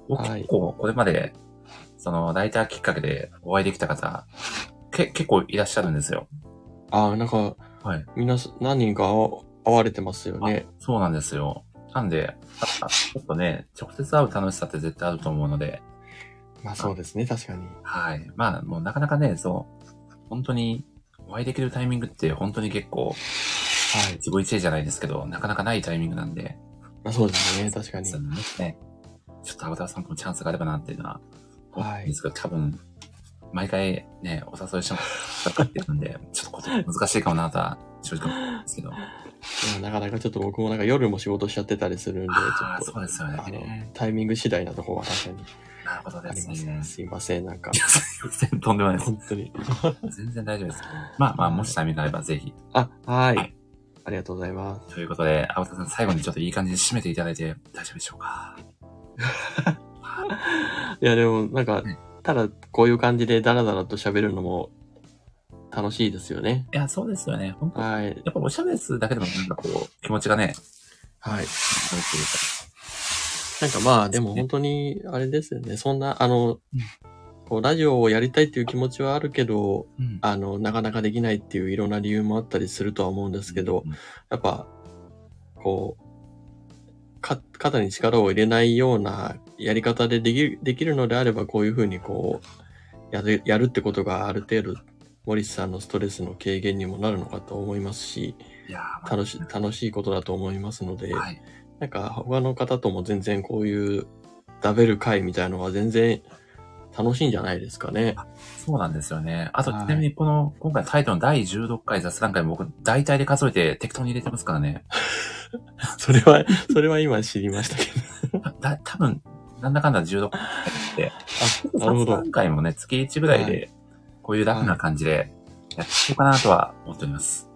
A: 僕
B: はい
A: 結構、これまで、その、ライターきっかけでお会いできた方、け、結構いらっしゃるんですよ。
B: ああ、なんか、
A: はい。
B: みんなす、何人か会わ会われてますよね。
A: そうなんですよ。なんで、ああちょっとね、直接会う楽しさって絶対あると思うので、
B: まあそうですね、確かに。
A: はい。まあ、もうなかなかね、そう、本当に、お会いできるタイミングって本当に結構、
B: はい。
A: 一期一会じゃないですけど、なかなかないタイミングなんで、
B: まあそうですね、確かに
A: そ。のね、ちょっとアバターさんともチャンスがあればなっていうのは、
B: はい
A: ですけど、多分、毎回ね、お誘いしてもらったってるんで、ちょっとこれ難しいかもなとは、正直思うんです けど。
B: まあなかなかちょっと僕もなんか夜も仕事しちゃってたりするんで、
A: ああ、
B: ちょっ
A: そうですよ
B: と、あの
A: ね。、
B: タイミング次第なとこは確かに
A: なるほど
B: あ
A: で
B: り
A: す
B: ま
A: ね。
B: す ね。すいません、なんか
A: い。やすいませんとんでもないです
B: 本。当に。
A: 全然大丈夫です。まあまあ、もしタイミングがあればぜひ。
B: あ、は
A: はいい。
B: ありがとうございます。
A: ということで、青田さん、最後にちょっといい感じで締めていただいて大丈夫でしょうか。
B: いや、でも、なんか
A: うん、
B: ただ、こういう感じでダラダラと喋るのも楽しいですよね。
A: いや、そうですよね。本当や
B: はい。
A: っぱおしゃべりするだけでも、なんかこう、気持ちがね、
B: はい。
A: そうっていうか
B: なんかまあ、でも本当に、あれですよね。そんな、あ
A: う
B: の
A: ん、
B: こう、ラジオをやりたいっていう気持ちはあるけど、
A: うん
B: あの、なかなかできないっていういろんな理由もあったりするとは思うんですけど、
A: うん
B: やっぱ、こう、か、肩に力を入れないようなやり方でできる、できるのであれば、こういうふうにこう、やる、やるってことがある程度、森さんのストレスの軽減にもなるのかと思いますし、
A: いやー
B: 楽し、楽しいことだと思いますので、
A: はい。
B: なんか他の方とも全然こういうダベル会みたいのは全然楽しいんじゃないですかね。
A: そうなんですよね。あと、ち
B: はい
A: なみにこの、今回タイトルの第16回雑談会も僕、大体で数えて適当に入れてますからね。
B: それは、それは今知りましたけど。
A: だ、多分、なんだかんだ16回って、
B: あ、なるほど。
A: 3回もね、月1ぐらい
B: は
A: で、こういう楽な感じで、やっていこうかなとは思っております。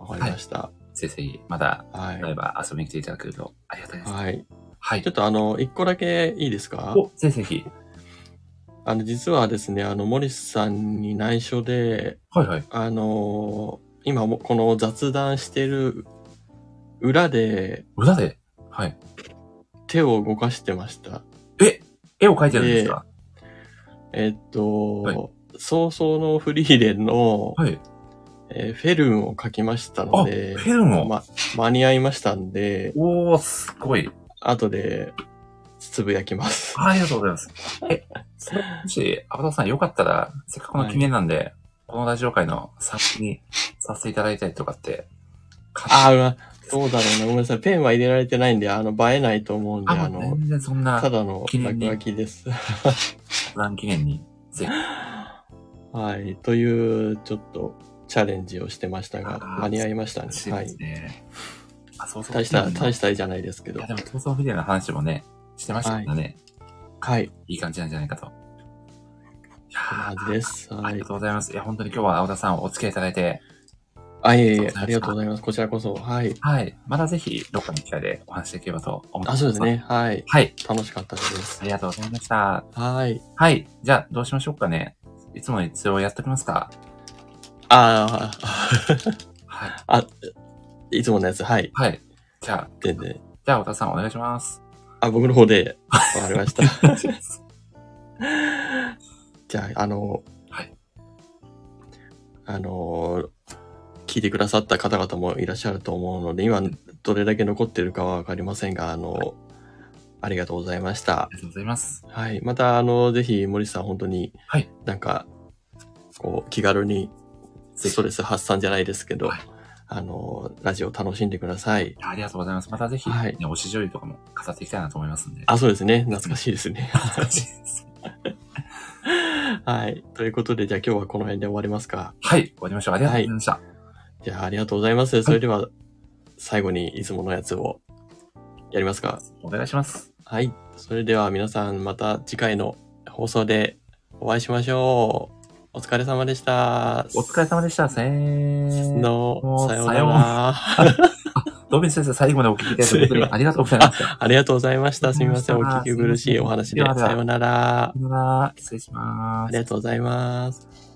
B: わかりました。
A: ぜひぜひ、まだ、
B: はい。
A: 例
B: は
A: え
B: い。
A: ば遊びに来ていただけるとありがたいです。はい
B: ちょ。っとあの、一個だけいいですか
A: お、ぜひぜひ。
B: あの、実はですね、あの、モリスさんに内緒で、
A: はいはい。
B: あのー今もこの雑談してる裏で
A: 裏で、はい。
B: 手を動かしてました。
A: 絵を描いてるんですか
B: えっと、
A: はい
B: 早々のフリーレンの、
A: はい。
B: えーフェルンを書きました
A: あ、
B: の
A: フ
B: で、
A: ェルンを。
B: ま、間に合いましたんで、
A: おー、すごい。
B: 後でつぶやきます。
A: ありがとうございます。え、それもし、アバターさんよかったら、せっかくの記念なんで、このラジオ会の参考にさせていただいたりとかって、
B: ああ、うわどうだろうな。ごめんなさい。ペンは入れられてないんで、あの、映えないと思うんで、あ
A: あ、もう
B: の、
A: 全然そんな
B: ただの
A: 記念
B: 落
A: に
B: 書きです。
A: ラン記念に、ぜひ。
B: はい。という、ちょっと、チャレンジをしてましたが、
A: あー
B: 間に合いましたね
A: 嬉し。い
B: は
A: です
B: い。
A: ね。あ、そうそう。
B: 大した、大
A: し
B: した絵じゃないですけど
A: いや、。でも、闘争フィデオの話もね、してましたからね、
B: はい。
A: い、い感じなんじゃないかと。いや
B: こんな
A: ー
B: 感じです。
A: あ
B: は
A: り
B: い
A: が。とうございます。いや、本当に今日は青田さんお付き合いいただいて、
B: あ、いえい
A: ありがとうございま
B: え
A: し、た
B: ありがとうございます。こちらこそ。はい。
A: はい。またぜひ、どっかの機会でお話しできればと思っておりま
B: あ、そうです。ね。はい。
A: はい。
B: 楽しかったです
A: あ。りがとうございました。
B: はい。
A: はい。じゃあ、どうしましょうかね。いつも一応やっておきますか。
B: あー
A: はい。
B: あ、いつものやつ。はい。
A: はい。じゃあ、
B: でね。
A: じゃあ、小田さんお願いします。
B: あ、僕の方で、 わかりました。
A: は
B: じゃあ、あの、
A: はい
B: あの、聞いてくださった方々もいらっしゃると思うので、今、どれだけ残ってるかはわかりませんが、あの、ありがとうございました
A: あり。がとうございます。
B: はい。また、あの、ぜひ、森さん、本当に、
A: はい
B: なんか、こう、気軽に、
A: ぜひ
B: ストレス発散じゃないですけど、
A: はい
B: あの、ラジオ楽しんでください。
A: ありがとうございます。またぜひ、ね
B: はい
A: おし醤油とかも飾っていきたいなと思いますんで。
B: あ、そうですね。懐かしいですね。
A: 嬉しいです
B: はい。ということで、じゃあ今日はこの辺で終わりますか。
A: はい。終わりましょう。ありがとうございました。
B: じゃあ、ありがとうございます。それでは、最後にいつものやつをやりますか。
A: お願いします。
B: はい。それでは皆さん、また次回の放送でお会いしましょう。お疲れ様でした。
A: お疲れ様でした。せーの。
B: の、さよう
A: さ
B: な
A: よう
B: ら。
A: ドビン先生、最後までお聞きいただいて本当にありがとうございました。
B: ありがとうございました。すみません。お聞き苦しいお話で。
A: ではでは
B: さようなら。
A: さよなら失礼しま
B: あ
A: す
B: り。がとうございます。